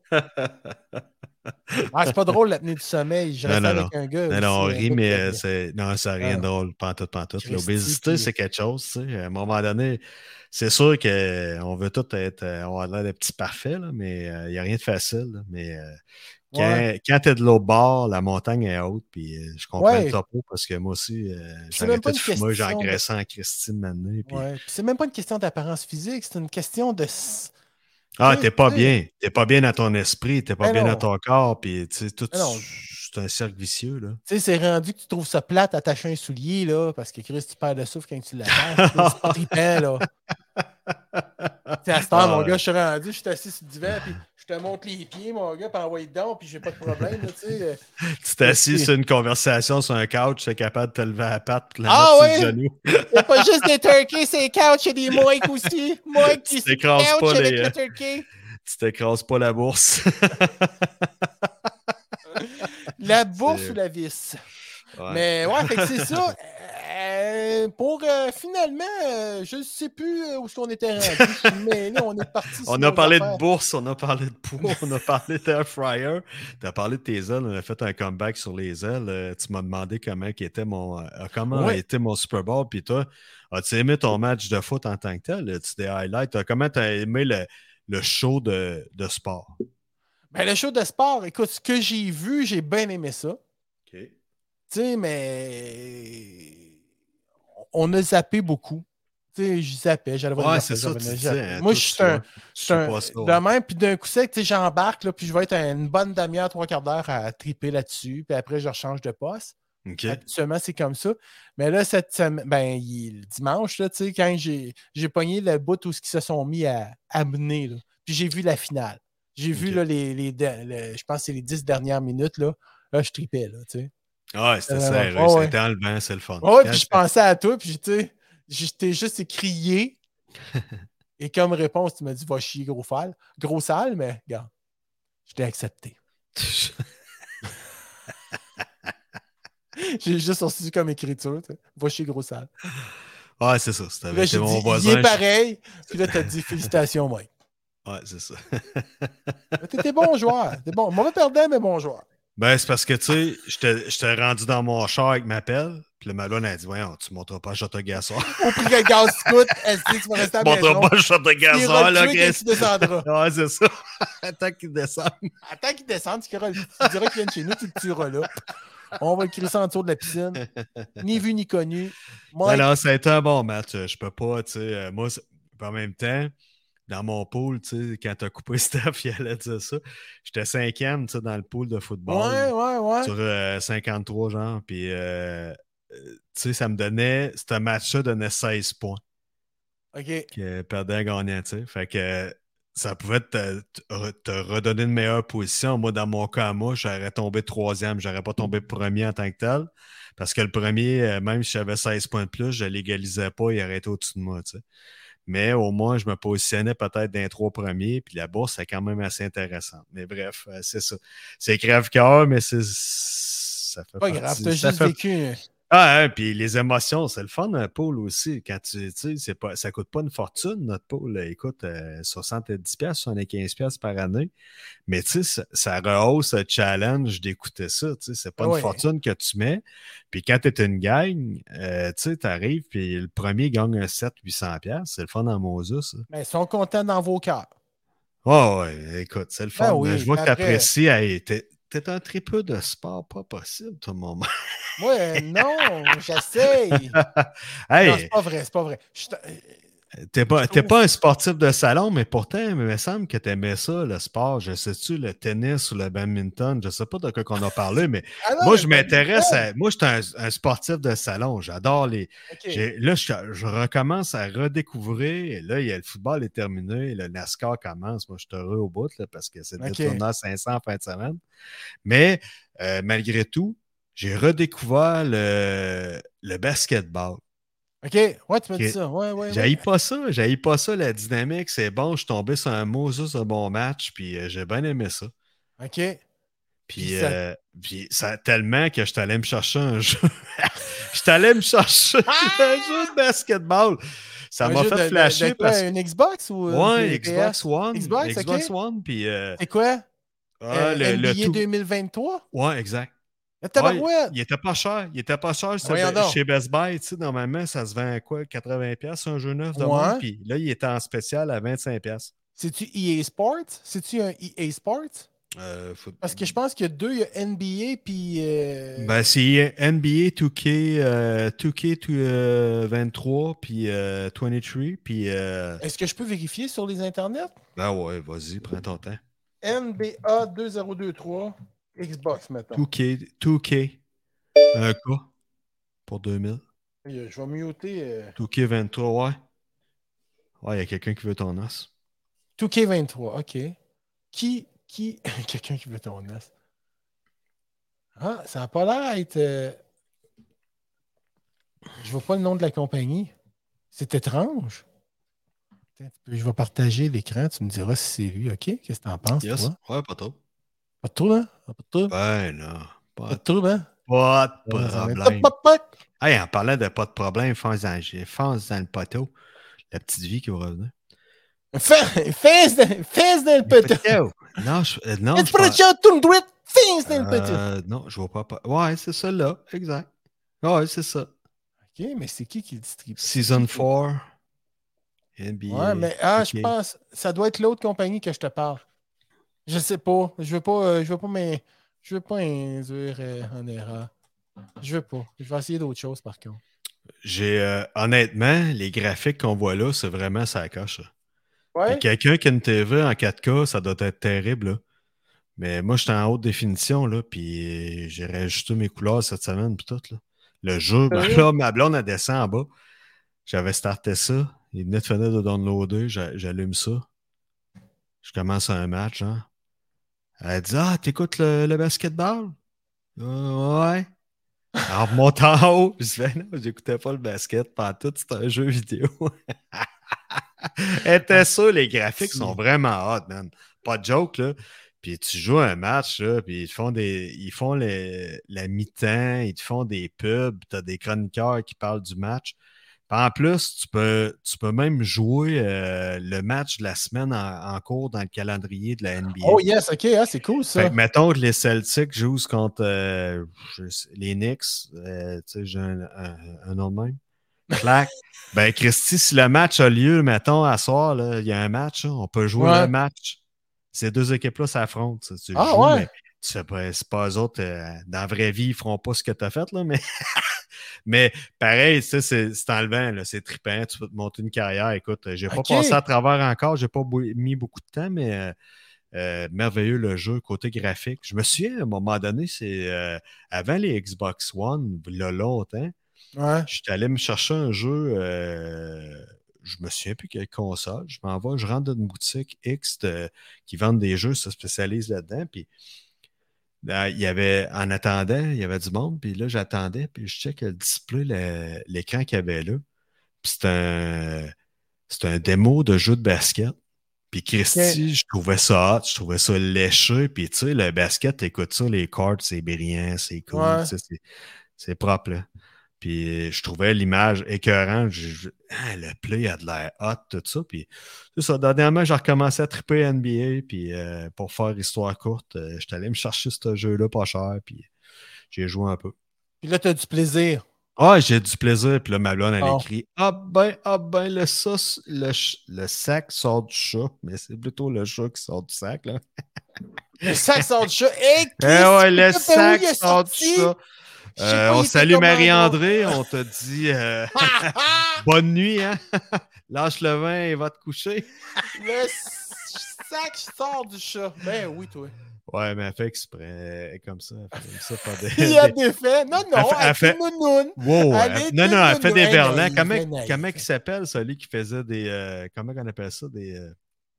Ah, c'est pas drôle l'apnée du sommeil. Je
Non,
restais
non,
avec un gars.
Non,
aussi,
non, on
un
rit,
gars
mais
qui-
euh, c'est... Non, ça
Ah.
n'a rien de drôle, pantoute, pantoute.
Christy,
L'obésité,
puis-
c'est quelque chose, tu sais. À un moment donné, c'est sûr qu'on veut tout être... euh, On a l'air de petits parfaits, là, mais euh, il n'y a rien de facile. là. Mais euh, quand,
Ouais.
quand t'es de l'autre bord, la montagne est haute, puis euh, je comprends
Ouais.
le topo, parce que moi aussi, euh,
c'est même
j'arrêtais
pas
de
une
fumer,
question de-
j'engraissais en Christine maintenant, puis...
Ouais. Puis C'est même pas une question d'apparence physique, c'est une question de. s-
Ah,
Tu sais,
t'es pas
tu sais.
bien. T'es pas bien dans ton esprit, t'es pas
Ben
bien
non.
dans ton corps, puis tu sais, tout...
Ben non.
C'est un cercle vicieux, là.
Tu sais, c'est rendu que tu trouves ça plate attacher un soulier, là, parce que Chris, tu perds le souffle quand tu l'attaches. là, c'est pas trippant, là. Tu sais, à cette heure,
Ah,
mon
ouais.
gars, je suis rendu, je suis assis sur le divan, puis je te monte les pieds, mon gars, puis envoie dedans, puis j'ai pas de problème, là, tu sais.
Tu t'es assis sur une conversation sur un couch, t'es capable de te lever à la patte pour la
Ah
mettre sur
ouais?
le genou.
C'est pas juste des turkeys, c'est couch, il y a des moïques aussi. Moïques qui
Tu
se
t'écrases
couchent
pas
avec
les-
le turkey.
Tu t'écrases pas la bourse.
La bourse
C'est-
ou la vis.
Ouais.
Mais ouais, fait que c'est ça. Euh, pour euh, finalement, euh, je ne sais plus euh, où est-ce qu'on était rendu, mais là, on est parti. sur
On a
nos
parlé de
affaires.
bourse, on a parlé de poids, on a parlé d'air fryer. Tu as parlé de tes ailes, on a fait un comeback sur les ailes. Euh, tu m'as demandé comment qui était mon euh, comment
Ouais.
était mon Super Bowl. Puis toi, as-tu aimé ton match de foot en tant que tel? As-tu des highlights? Euh, Comment tu as aimé le, le show de, de sport?
Ben, le show de sport, écoute, ce que j'ai vu, j'ai bien aimé ça. Tu sais, mais on a zappé beaucoup. Tu sais, je zappais, j'allais voir
Ouais,
les
c'est
affaires,
ça,
j'en
tu
venais,
disais,
j'allais-
hein,
Moi, je
toi,
suis
tu
un,
vois,
je
suis
suis un-
pas ça,
de
ouais.
même, puis d'un coup sec, tu sais, j'embarque, là, puis je vais être une bonne demi-heure, trois quarts d'heure à triper là-dessus, puis après, je rechange de poste.
OK.
Habituellement, c'est comme ça. Mais là, cette semaine, ben, il- le dimanche, là, tu sais, quand j'ai j'ai pogné le bout où ils se sont mis à amener, là. puis j'ai vu la finale. J'ai vu
Ok.
là, les, les de- le- je pense que c'est les dix dernières minutes. Là, là je tripais. Là, tu sais.
Ouais, c'était
Euh,
ça.
ouais,
là,
ouais.
C'était enlevant, c'est le fun.
ouais,
Quand
puis je
c'était-
pensais à toi, puis tu sais, j'étais juste crié. Et comme réponse, tu m'as dit va chier gros fal, gros sale, mais regarde, je l'ai accepté. J'ai juste reçu comme écriture, tu sais, va chier gros sale.
Ouais, Ah, ben, c'est ça. C'était
Puis Là,
avec
j'ai
mon
dit,
voisin.
il est
je-
pareil. Puis là, t'as dit, félicitations, Mike.
Ouais, c'est ça.
Mais T'étais bon joueur. T'es bon. Mauvais perdant, mais bon joueur.
Ben, c'est parce que, tu sais, j'étais- j'étais rendu dans mon char avec ma pelle. Puis le malone a dit, voyons, tu montres pas le shot de gazon.
Au prix que le gaz coûte, est-ce que tu vas rester à
tu
la maison?
montres pas le shot de
Il
gazon,
ira le tuer
là,
quand
Chris.
tu descendras.
Ouais, c'est ça. Attends qu'il descende.
Attends qu'il descende, tu, diras- tu diras qu'il vient de chez nous, tu le tueras là. On va le crisser en dessous de la piscine. Ni vu ni connu. Mike,
Alors, ça a été un bon match. Euh, Je peux pas, tu sais, euh, moi, c'est- en même temps, dans mon pool, tu sais, quand t'as coupé Steph, il allait dire ça. J'étais cinquième, tu sais, dans le pool de football.
ouais, ouais, ouais.
sur euh, 53, genre. Puis, euh, euh, tu sais, ça me donnait, ce match-là donnait 16 points,
OK.
que perdant, gagnant, tu sais. Fait que euh, ça pouvait te, te re- te redonner une meilleure position. Moi, dans mon cas, à moi, j'aurais tombé troisième, j'aurais pas tombé
Mm.
premier en tant que tel. Parce que le premier, euh, même si j'avais 16 points de plus, je l'égalisais pas, il aurait été au-dessus de moi, tu sais. Mais au moins, je me positionnais peut-être dans les trois premiers, puis la bourse est quand même assez intéressante. Mais bref, euh, c'est ça. C'est crève-cœur, mais c'est. Ça fait
Pas grave,
partie-
t'as
ça
juste
fait
vécu.
ah, hein, puis les émotions, c'est le fun, un pôle aussi. Quand tu tu sais, c'est pas, ça coûte pas une fortune, notre pôle. Écoute, euh, 70$, 75$ par année. Mais tu sais, ça, ça rehausse le challenge d'écouter ça. Tu sais, c'est pas
Ah Ouais.
une fortune que tu mets. Puis quand tu es une gang, euh, tu sais, t'arrives, puis le premier gagne un 700-800$. C'est le fun en Moses. ça.
Mais ils sont contents dans vos cœurs.
Oh, ouais, écoute, c'est le fun. hein.
Ben oui,
je vois que
après-
t'apprécies. Hey, t'es, t'es un très peu de sport, pas possible, tout le monde.
Moi, euh, non, j'essaye.
hey,
Non, c'est pas vrai, c'est pas vrai. Je suis-
T'es pas,
Je
t'es
trouve-
pas un sportif de salon, mais pourtant, il me semble que t'aimais ça, le sport. Je sais-tu, le tennis ou le badminton, je sais pas de quoi qu'on a parlé, mais
Ah non,
moi,
mais
je
pas-
m'intéresse à. Moi, je suis un, un sportif de salon. J'adore les.
OK.
j'ai- Là, je, je recommence à redécouvrir. Et là, il y a le football est terminé, le NASCAR commence. Moi, je suis heureux au bout, là, parce que c'est le
OK.
tournoi 500 en fin de semaine. Mais euh, malgré tout, j'ai redécouvert le, le basketball.
OK, ouais, tu m'as
Ok.
dit ça. Ouais, ouais,
J'haïs
ouais.
pas ça, j'haïs pas ça, la dynamique, c'est bon, je suis tombé sur un Moses de bon match, puis euh, j'ai bien aimé ça.
OK.
Puis,
Puis ça-
euh, puis ça tellement que je t'allais me chercher un jeu. je t'allais me chercher un jeu de basketball. Ça
Ah! Un
m'a
jeu de-
fait
de-
flasher
de quoi,
parce que.
Une Xbox ou. euh,
Ouais,
une
Xbox
PS?
One.
Xbox,
Xbox,
ok.
One, puis. euh,
C'est quoi?
ah,
Euh,
le, le
NBA
tout.
2023?
Ouais, exact.
La tabarouette!
Il était pas cher. Il était pas cher ça-
Voyons donc.
chez Best Buy. Tu sais, normalement, ça se vend à quoi? 80$ un jeu neuf de
Ouais.
moins. Puis là, il était en spécial à 25$.
C'est-tu EA Sports? C'est-tu un EA Sports?
Euh, faut-
Parce que je pense qu'il y a deux, il y a NBA puis. euh,
Ben, c'est NBA 2K, euh, 2K to- euh, 23, puis euh, 23, puis... euh,
Est-ce que je peux vérifier sur les internets?
Ben ouais, vas-y, prends ton temps.
NBA 2023 Xbox, mettons.
2K, 2K, un K pour 2000.
Euh, Je vais muter. euh,
2K 23, ouais. Ouais, il y a quelqu'un qui veut ton os.
2K23, OK. Qui. qui... Quelqu'un qui veut ton os. Ah, ça n'a pas l'air d'être. euh, Je vois pas le nom de la compagnie. C'est étrange. Attends un petit peu, Je vais partager l'écran, tu me diras si c'est lui, OK? Qu'est-ce que t'en penses,
Yes,
toi?
ouais, pas trop.
Pas de trouble, hein? Pas de trouble?
Ben non, pas,
Pas de trouble, hein?
pas de
Ça va être
problème.
pop, pop, pop.
Hey, en parlant de pas de problème, fonce dans, fonce dans le poteau. La petite vie qui va revenir.
Fais- Fais dans- fais dans le poteau.
Non, je, euh, non,
Est-ce
je pense-
que tu as tout le droit? Fais dans le poteau.
Euh, non, je vois pas. pa- Ouais, c'est ça là, exact. Ouais, c'est ça.
OK, mais c'est qui qui le distribue?
Season 4. NBA.
Ouais, mais ah, je
ok.
pense, ça doit être l'autre compagnie que je te parle. Je sais pas. Je veux pas, euh, je veux pas, mais je veux pas induire euh, en erreur. Je veux pas. Je vais essayer d'autres choses par contre.
J'ai euh, honnêtement, les graphiques qu'on voit là, c'est vraiment ça coche. là. Fait
Ouais.
que Quelqu'un qui a une TV en 4K, ça doit être terrible. là. Mais moi, j'étais en haute définition, là, puis j'ai réajusté mes couleurs cette semaine, puis tout. Là. Le jeu, ben
Sérieux?
là, ma blonde, elle descend en bas. J'avais starté ça. Il venait de finir de downloader. j'a- J'allume ça. Je commence un match, hein. Elle dit Ah, t'écoutes le, le basketball? Euh, ouais. En remontant en haut, je dis Ben non, j'écoutais pas le basket pendant tout, c'est un jeu vidéo. Elle était sûre, les graphiques sont vraiment hot, man. Pas de joke, là. Puis tu joues un match, là, puis ils te font des. Ils font les- la mi-temps, ils te font des pubs, t'as des chroniqueurs qui parlent du match. Puis en plus, tu peux, tu peux même jouer euh, le match de la semaine en, en cours dans le calendrier de la NBA.
Oh yes, ok, ah, c'est cool
Fait
ça.
que mettons que les Celtics jouent contre euh, je sais- les Knicks, euh, tu sais, j'ai un, un, un nom de même. Clac. ben, Christy, si le match a lieu, mettons, à soir, là, il y a un match, là, on peut jouer
Ouais.
le match. Ces deux équipes-là s'affrontent. tu sais, tu
Ah
joues,
ouais?
mais Tu sais pas, c'est pas eux autres, euh, dans la vraie vie, ils feront pas ce que tu as fait, là, mais, mais pareil, tu sais, c'est c'est enlevant, là, c'est trippant, tu peux te monter une carrière. Écoute, euh, j'ai pas
Ok.
passé à travers encore, j'ai pas bou- mis beaucoup de temps, mais euh, euh, merveilleux le jeu côté graphique. Je me souviens, à un moment donné, c'est euh, avant les Xbox One, il y a longtemps,
Ouais.
j'étais allé me chercher un jeu, euh, je me souviens plus quelle console. Je m'en vais, je rentre dans une boutique X de- qui vendent des jeux, se spécialise là-dedans. Puis là, il y avait, en attendant, il y avait du monde. Puis là, j'attendais, puis je check le display, le- l'écran qu'il y avait là. Puis c'est un, c'est un démo de jeu de basket. Puis Christy,
Ok.
je trouvais ça hot, je trouvais ça léché. Puis tu sais, le basket, t'écoutes ça, les cartes, c'est brillant, c'est cool,
Ouais.
tu sais, c'est- c'est propre. Là. Puis euh, je trouvais l'image écœurante. Je- je- Ah, le play a de l'air hot, tout ça. Puis c'est ça. Dernièrement, j'ai recommencé à triper NBA. Puis euh, pour faire histoire courte, euh, j'étais allé me chercher ce jeu-là pas cher. Puis j'ai joué un peu.
Puis là, t'as du plaisir.
Ah, j'ai du plaisir. Puis là, ma blonde, elle
Oh.
écrit Ah ben, ah ben, le, sauce- le, ch- le sac sort du chat. Mais c'est plutôt le chat qui sort du sac. Là.
Le sac sort du chat. Hey,
Eh
Christ,
ouais, le
tu sais pas où
sac
ben il est
sort du
sorti?
chat.
Je sais
Euh,
pas, il
on
était
salue
comment,
Marie-André. On te dit. euh,
Ah, ah,
Bonne nuit, hein? Lâche le vin et va te coucher.
le sac sort du chat. Ben oui, toi.
Ouais, mais elle fait exprès. Elle est Comme ça, elle fait comme ça. faire des-
Il y a
des-
des faits. Non, non,
Elle fait- elle
elle fait
fait-
mounoune.
Wow,
elle
elle-
est
Non, non, elle fait des
naïve,
berlins.
elle est
Comment,
naïve.
comment il s'appelle celui qui faisait des. euh, comment on appelle ça? Des, euh,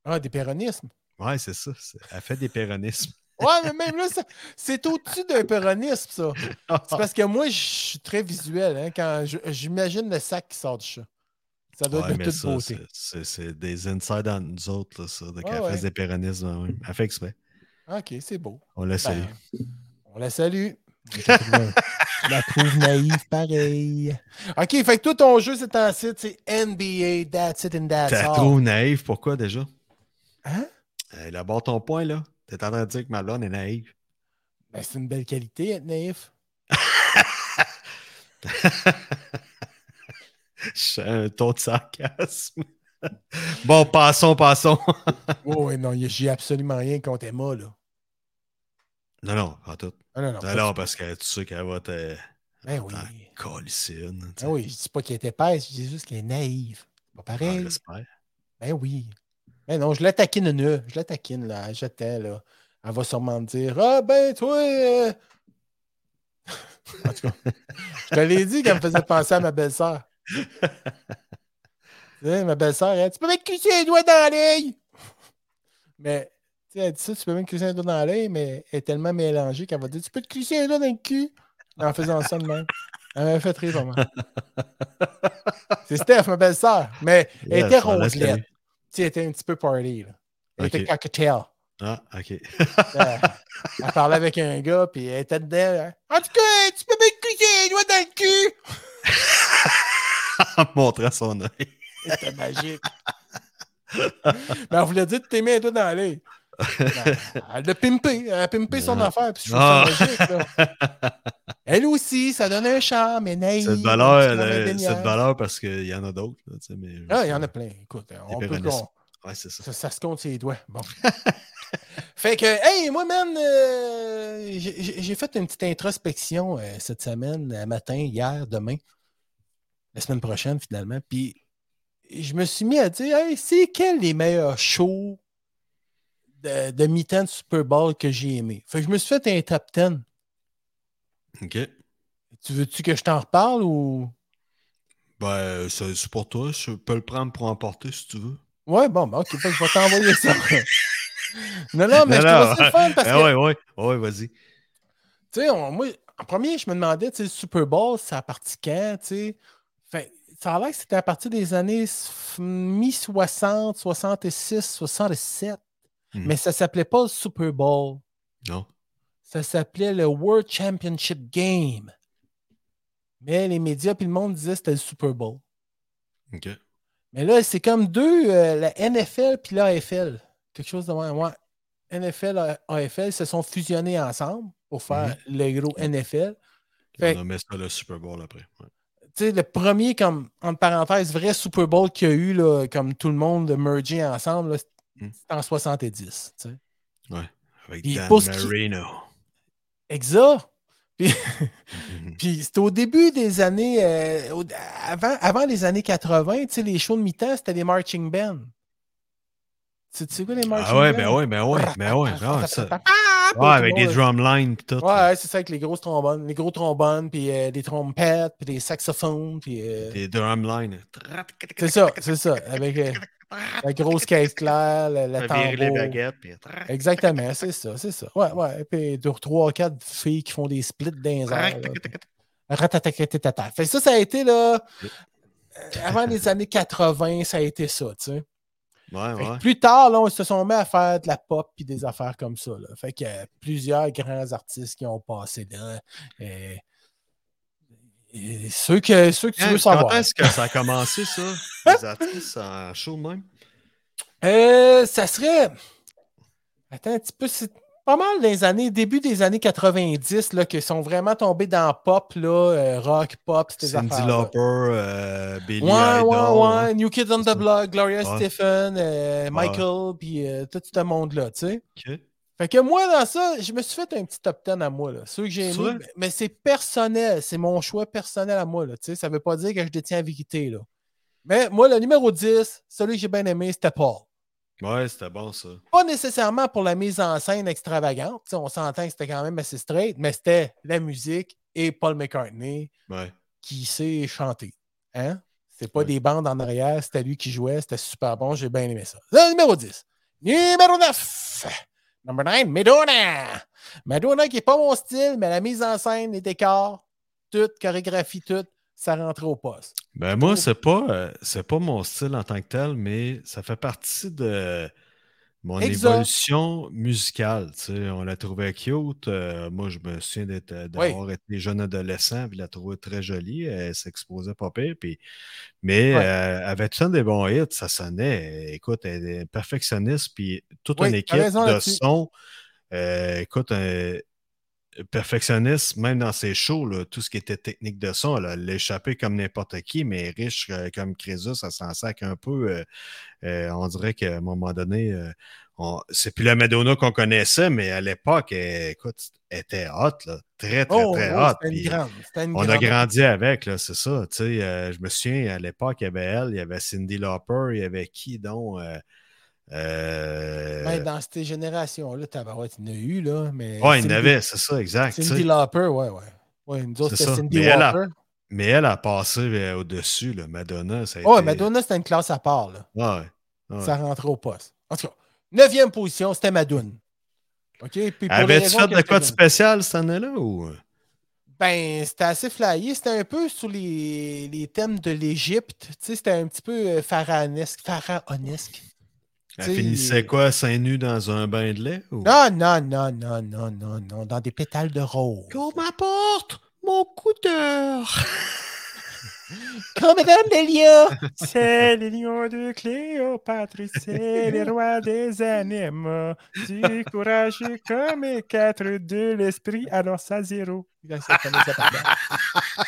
Ah, des péronismes.
Ouais, c'est ça. c'est- Elle fait des péronismes.
Ouais, mais même là, ça- c'est au-dessus d'un péronisme, ça. C'est parce que moi, je suis très visuel. Hein, quand je- j'imagine le sac qui sort du chat. Ça doit
Ouais,
être de
mais
toute
ça,
beauté.
c'est- c'est- C'est des insides entre nous autres, là, ça, de qu'elle
ouais.
fasse des péronismes. hein, oui. Elle fait exprès.
Ok, c'est beau.
On la salue.
Ben, on la salue. Je la trouve- je la trouve naïve pareil. OK, fait que tout ton jeu, c'est en site, c'est NBA, that's it and that's
T'as
all.
trop naïve, pourquoi déjà?
Hein?
Elle aborde ton point, là. T'es en train de dire que ma blonde est naïve.
Ben, c'est une belle qualité, être naïf.
J'ai un ton de sarcasme. bon, passons, passons.
Oh, ouais, non, y a- j'ai absolument rien contre Emma, là.
Non, non, pas tout.
Ah, non, non.
Non, non, parce que tu sais qu'elle va te
Ben oui.
colicine.
Ben oui, je dis pas qu'elle est épaisse, je dis juste qu'elle est naïve. Pas
Ah,
pareil. Ben oui. Ben non, je la taquine, une, je la taquine, là. J'étais, là. Elle va sûrement me dire Ah, ben, toi. euh. en tout cas, je te l'ai dit qu'elle me faisait penser à ma belle-sœur. Tu sais, ma belle-sœur, elle Tu peux mettre crisser les doigts dans l'œil. Mais, tu sais, elle dit ça, tu peux mettre crisser les doigts dans l'œil, mais elle est tellement mélangée qu'elle va dire Tu peux te crisser les doigts dans le cul en faisant ça de même. Elle m'a fait rire, vraiment. C'est Steph, ma belle-sœur. Mais elle était rondelette. Tu sais, elle était un petit peu party. Là. Elle
Ok.
était cocktail.
Ah, ok.
Euh, elle parlait avec un gars, puis elle était dedans. là. En tout cas, tu peux me coucher les doigts dans le cul!
En montrant son œil.
C'était magique. Mais elle voulait dire que t'aimais les doigts dans l'œil. Elle elle a pimpé. Elle a pimpé son
Ah.
affaire, puis je trouve ça
Ah.
magique. là. Elle aussi, ça donne un charme, mais naïf.
Cette
tu vois,
valeur, là,
indéniable.
cette valeur parce qu'il y en a d'autres. là, tu sais, mais-
Ah, il y en a plein. Écoute, on peut
péronismes.
qu'on-
Ouais, c'est ça.
Ça, ça se compte ses doigts. Bon. fait que, hey, moi, man, euh, j'ai- j'ai j'ai fait une petite introspection euh, cette semaine, euh, matin, hier, demain, la semaine prochaine, finalement. Puis, je me suis mis à dire, hey, c'est quels les meilleurs shows de, de mi-temps de Super Bowl que j'ai aimé? Fait que je me suis fait un top 10.
Ok.
Tu veux-tu que je t'en reparle ou.
Ben, c'est c'est pour toi. Je peux le prendre pour emporter si tu veux.
Ouais, bon, ben, ok, fait que je vais t'envoyer ça. non, non, mais
Non,
je trouve
non,
ça le fun parce que.
Ah, ouais, ouais, ouais, vas-y.
Tu sais, on- moi, en premier, je me demandais, tu sais, le Super Bowl, c'est à partir quand, tu sais? Fait- ça a l'air que c'était à partir des années s- mi-60, 66, 67.
Hmm.
Mais ça s'appelait pas le Super Bowl.
Non.
Ça s'appelait le World Championship Game. Mais les médias puis le monde disaient que c'était le Super Bowl.
Ok.
Mais là, c'est comme deux, euh, la NFL puis l'AFL. Quelque chose de moins. Ouais. NFL et AFL se sont fusionnés ensemble pour faire le gros NFL. Fait-
On a mis ça le Super Bowl après. Ouais.
tu sais, le premier, comme, entre parenthèses, vrai Super Bowl qu'il y a eu, là, comme tout le monde mergé ensemble, là, c'est
Mm.
c'est en 70. tu sais.
Avec
Puis
Dan
pour ce qui-
Marino.
Exact. Puis,
Mhm.
puis c'était au début des années, euh, au- avant, avant les années 80, tu sais, les shows de mi-temps, c'était les marching bands. Tu tu sais quoi les marching
Ah ouais,
bands?
ben ouais, ben ouais, ben ouais.
Ah,
Ah, ça.
ah,
Ouais, avec des drumlines pis tout.
Ouais, ouais, c'est ça, avec les grosses trombones, les gros trombones, puis euh, des trompettes, puis des saxophones, puis... euh,
Des drumlines.
C'est ça, c'est ça. Avec euh, la grosse caisse claire, le, le
Virer les
tambour.
baguettes. Pis...
Exactement, c'est ça, c'est ça. Ouais, ouais. Et puis deux, trois, quatre filles qui font des splits dans les airs, là. Ratatatatatatata. Fait que ça, ça a été là. euh, Avant les années 80, ça a été ça, tu sais.
Ouais,
Fait que
ouais.
Plus tard, là, on se sont mis à faire de la pop et des affaires comme ça. Là. Fait que euh, plusieurs grands artistes qui ont passé là. euh, et ceux que, ceux que tu
Hein,
veux
puis
savoir.
Quand est-ce que ça a commencé, ça? Les artistes en show de même?
Euh, ça serait. Attends un petit peu, c'est pas mal des années, début des années 90, là, qui sont vraiment tombés dans pop, là, euh, rock, pop, ces
Cindy
affaires.
Lauper, euh, Billy
Ouais, ouais,
Idol.
ouais. New Kids on
C'est
the
ça.
Block, Gloria
Ouais.
Stephen, euh, Michael, puis euh, tout ce monde-là, tu sais.
Ok.
Fait que moi, dans ça, je me suis fait un petit top 10 à moi, là. Ceux que j'ai
C'est
aimés,
vrai?
mais- mais c'est personnel, c'est mon choix personnel à moi, là, tu sais. Ça veut pas dire que je détiens la vérité, là. Mais moi, le numéro 10, celui que j'ai bien aimé, c'était Paul
Ouais, c'était bon, ça.
pas nécessairement pour la mise en scène extravagante. tu sais, on s'entend que c'était quand même assez straight, mais c'était la musique et Paul McCartney
Ouais.
qui sait chanter. Hein? C'est pas
Ouais.
des bandes en arrière, c'était lui qui jouait, c'était super bon, j'ai bien aimé ça. Le numéro 10. Numéro 9. Number 9, Madonna. Madonna qui n'est pas mon style, mais la mise en scène, les décors, toute chorégraphie, tout, ça rentre au poste.
Ben moi, c'est pas, euh, c'est pas mon style en tant que tel, mais ça fait partie de mon
Exact.
évolution musicale. tu sais. On la trouvait cute. euh, moi, je me souviens d'être- euh, d'avoir été jeune adolescent, puis la trouver très jolie. Elle s'exposait pas pire. Puis... Mais
Ouais.
euh, elle avait tout le temps des bons hits. Ça sonnait. euh, Écoute, elle est perfectionniste, puis toute
Oui,
une
t'as
équipe
raison
de
là-dessus.
son. euh, écoute, un perfectionniste, même dans ses shows, là, tout ce qui était technique de son, là, l'échapper comme n'importe qui, mais riche euh, comme Crésus, ça s'en sac un peu. euh, euh, on dirait qu'à un moment donné, euh, on- c'est plus la Madonna qu'on connaissait, mais à l'époque, elle- écoute, elle était hot, là, très, très,
Oh,
très
oh,
hot.
c'était une
puis
grande. c'était une
On a
grande.
grandi avec, là, c'est ça. tu sais, euh, je me souviens, à l'époque, il y avait elle, il y avait Cindy Lauper, il y avait qui donc? euh, euh,
Ben, dans cette génération-là, Tabarouette, il y en a eu, là. Mais
ouais, il y en
Cindy-
avait, c'est ça, exact. tu sais.
Cindy Lauper, ouais, ouais. Ouais, nous autres,
Ah, C'est
c'était
ça.
Cindy
Mais elle a-
Lauper.
Mais elle a passé euh, au-dessus, là, Madonna. Ça a
Oh,
été-
Madonna, c'était une classe à part, là.
Ouais, ouais.
Ça rentrait au poste. En tout cas, neuvième position, c'était Madonna. OK? Puis pour les
Avais-tu
raisons
fait
que
de
je te
quoi de
donne.
spécial cette année-là? Ou...
Ben, c'était assez flyé. C'était un peu sous les, les thèmes de l'Égypte. Tu sais, c'était un petit peu euh, pharaonesque. Pharaonesque.
Elle
Tu sais,
finissait quoi, seins nus dans un bain de lait? Ou...
Non, non, non, non, non, non, non. Dans des pétales de rose.
Qu'on m'apporte mon coudeur!
Comme Madame des lions. C'est les lions de Cléopâtre, c'est les rois des animaux. Du courageux comme les quatre de l'esprit, alors ça zéro. Là, ça commence à parler.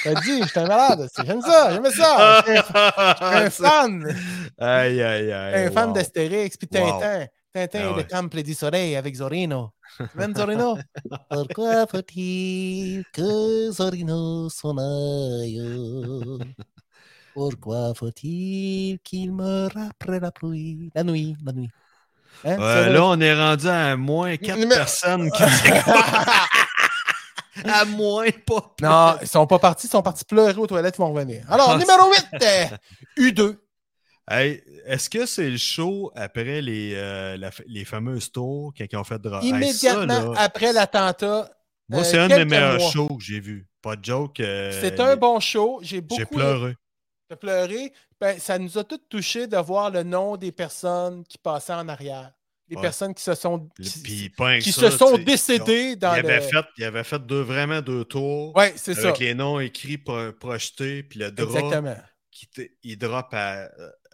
T'as dit, je suis un malade. c'est- J'aime ça, j'aime ça. Je suis un- un fan,
aïe, aïe, aïe.
un fan
wow.
d'Astérix, puis
Wow.
Tintin. Tintin,
Ah
le
ouais.
temple du soleil avec Zorino. Même Zorino. Pourquoi faut-il que Zorino s'en aille Pourquoi faut-il qu'il meure après la pluie La nuit, la nuit. Hein,
Ouais,
c'est
là, on est rendu à moins 4
Mais-
personnes qui À moins pas.
Non, ils sont pas partis, ils sont partis pleurer aux toilettes, ils vont revenir. Alors,
Ah,
numéro 8, U2.
Hey, est-ce que c'est le show après les, euh, la f- les fameuses tours quand ils ont fait Dra- Hey, ça,
Immédiatement
là,
après l'attentat.
Moi,
euh,
c'est un de mes
quelques
meilleurs
mois.
shows que j'ai vu. Pas de joke. euh,
C'est un
les-
bon show. J'ai
J'ai
beaucoup
pleuré.
de pleurer, ben, ça nous a tous touchés de voir le nom des personnes qui passaient en arrière. Les
Ouais.
personnes qui se sont,
Le-
qui,
Puis, pas rien que
qui
ça,
se sont
tu sais,
décédées
ils ont-
dans
Ils
le...
avaient fait, ils avaient fait deux, vraiment deux tours
Oui, c'est ça.
avec les noms écrits, pro- projetés, puis le drop
Exactement.
qui t- il drop à- euh,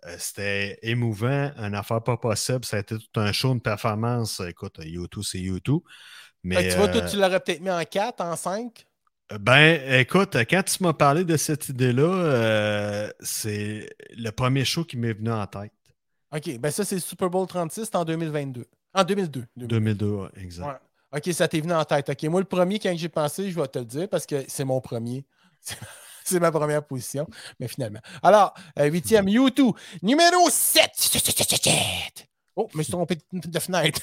euh, C'était émouvant, une affaire pas possible. Ça a été tout un show, une performance. Écoute, YouTube, c'est YouTube. Mais,
Fait que tu vois,
euh,
toi, tu l'aurais peut-être mis en 4, en 5.
Ben, écoute, quand tu m'as parlé de cette idée-là, euh, c'est le premier show qui m'est venu en tête.
OK, ben ça, c'est le Super Bowl 36 en 2022. En 2002. 2002.
2002, ouais, exact.
Ouais. OK, ça t'est venu en tête. OK, moi, le premier, quand j'ai pensé, je vais te le dire parce que c'est mon premier. C'est ma première position, mais finalement. Alors, euh, huitième, YouTube, numéro 7. Oh, je me suis trompé de- de fenêtre.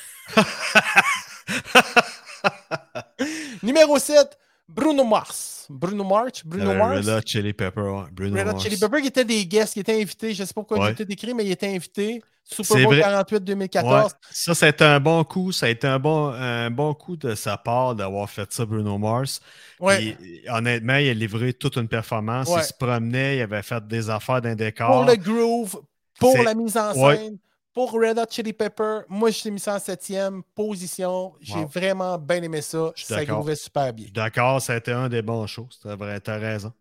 numéro 7, Bruno Mars. Bruno Mars, Bruno
Euh,
Mars.
Red Hot Chili Pepper, ouais, Bruno
Red Hot
Mars.
Chili Pepper qui était des guests, qui étaient invités. Je ne sais pas pourquoi
Ouais.
il était écrit, mais il était invité. Super
C'est
Bowl
vrai.
48 2014.
Ouais, ça, ça a été un bon coup. Ça a été un bon, un bon coup de sa part d'avoir fait ça, Bruno Mars.
Ouais.
Puis, honnêtement, il a livré toute une performance.
Ouais.
Il se promenait, il avait fait des affaires
pour
d'un décor.
le groove, pour
Ah. C'est-
la mise en
Ouais.
scène, pour Red Hot Chili Pepper. Moi, je l'ai mis en septième position. J'ai
Wow.
vraiment bien aimé ça.
suis
Ça
d'accord.
grouvait super bien.
D'accord, ça a été un des bons shows. T'as vrai- t'as raison.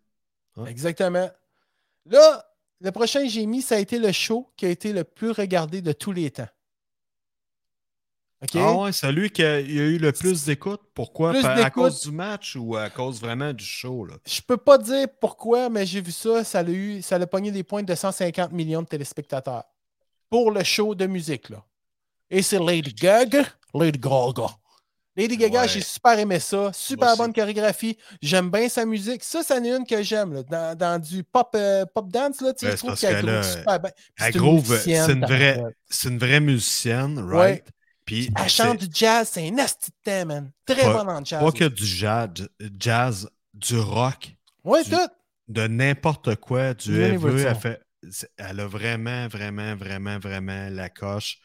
Ouais.
Exactement. Là, le prochain que j'ai mis, ça a été le show qui a été le plus regardé de tous les temps. OK?
Ah ouais, celui qui a, il a eu le plus d'écoute. Pourquoi?
Plus
Par- à
d'écoute.
cause du match ou à cause vraiment du show? Là?
Je peux pas dire pourquoi, mais j'ai vu ça. Ça l'a eu, ça l'a pogné des points de 150 millions de téléspectateurs pour le show de musique. Là. Et c'est Lady Gaga. Lady Gaga. Lady Gaga,
Ouais.
j'ai super aimé ça. Super
Moi aussi.
bonne chorégraphie. J'aime bien sa musique. Ça, c'en est une que j'aime. là. Dans, dans du pop, euh, pop dance, là, tu sais,
Ouais,
je
c'est
trouve
parce
qu'elle
que
groove
là,
super bien. Puis
elle
c'est une
groove,
musicienne,
c'est une vraie-
tabarouette.
C'est une vraie musicienne,
Ouais.
right? Puis
Elle
c'est
chante du jazz. C'est un nasty thème, man. Très
Pas-
bonne en jazz.
pas que du jazz, jazz, du rock.
Oui,
du-
tout.
de n'importe quoi, du E,
Universal.
FE, elle fait. c'est- Elle a vraiment, vraiment, vraiment, vraiment la coche.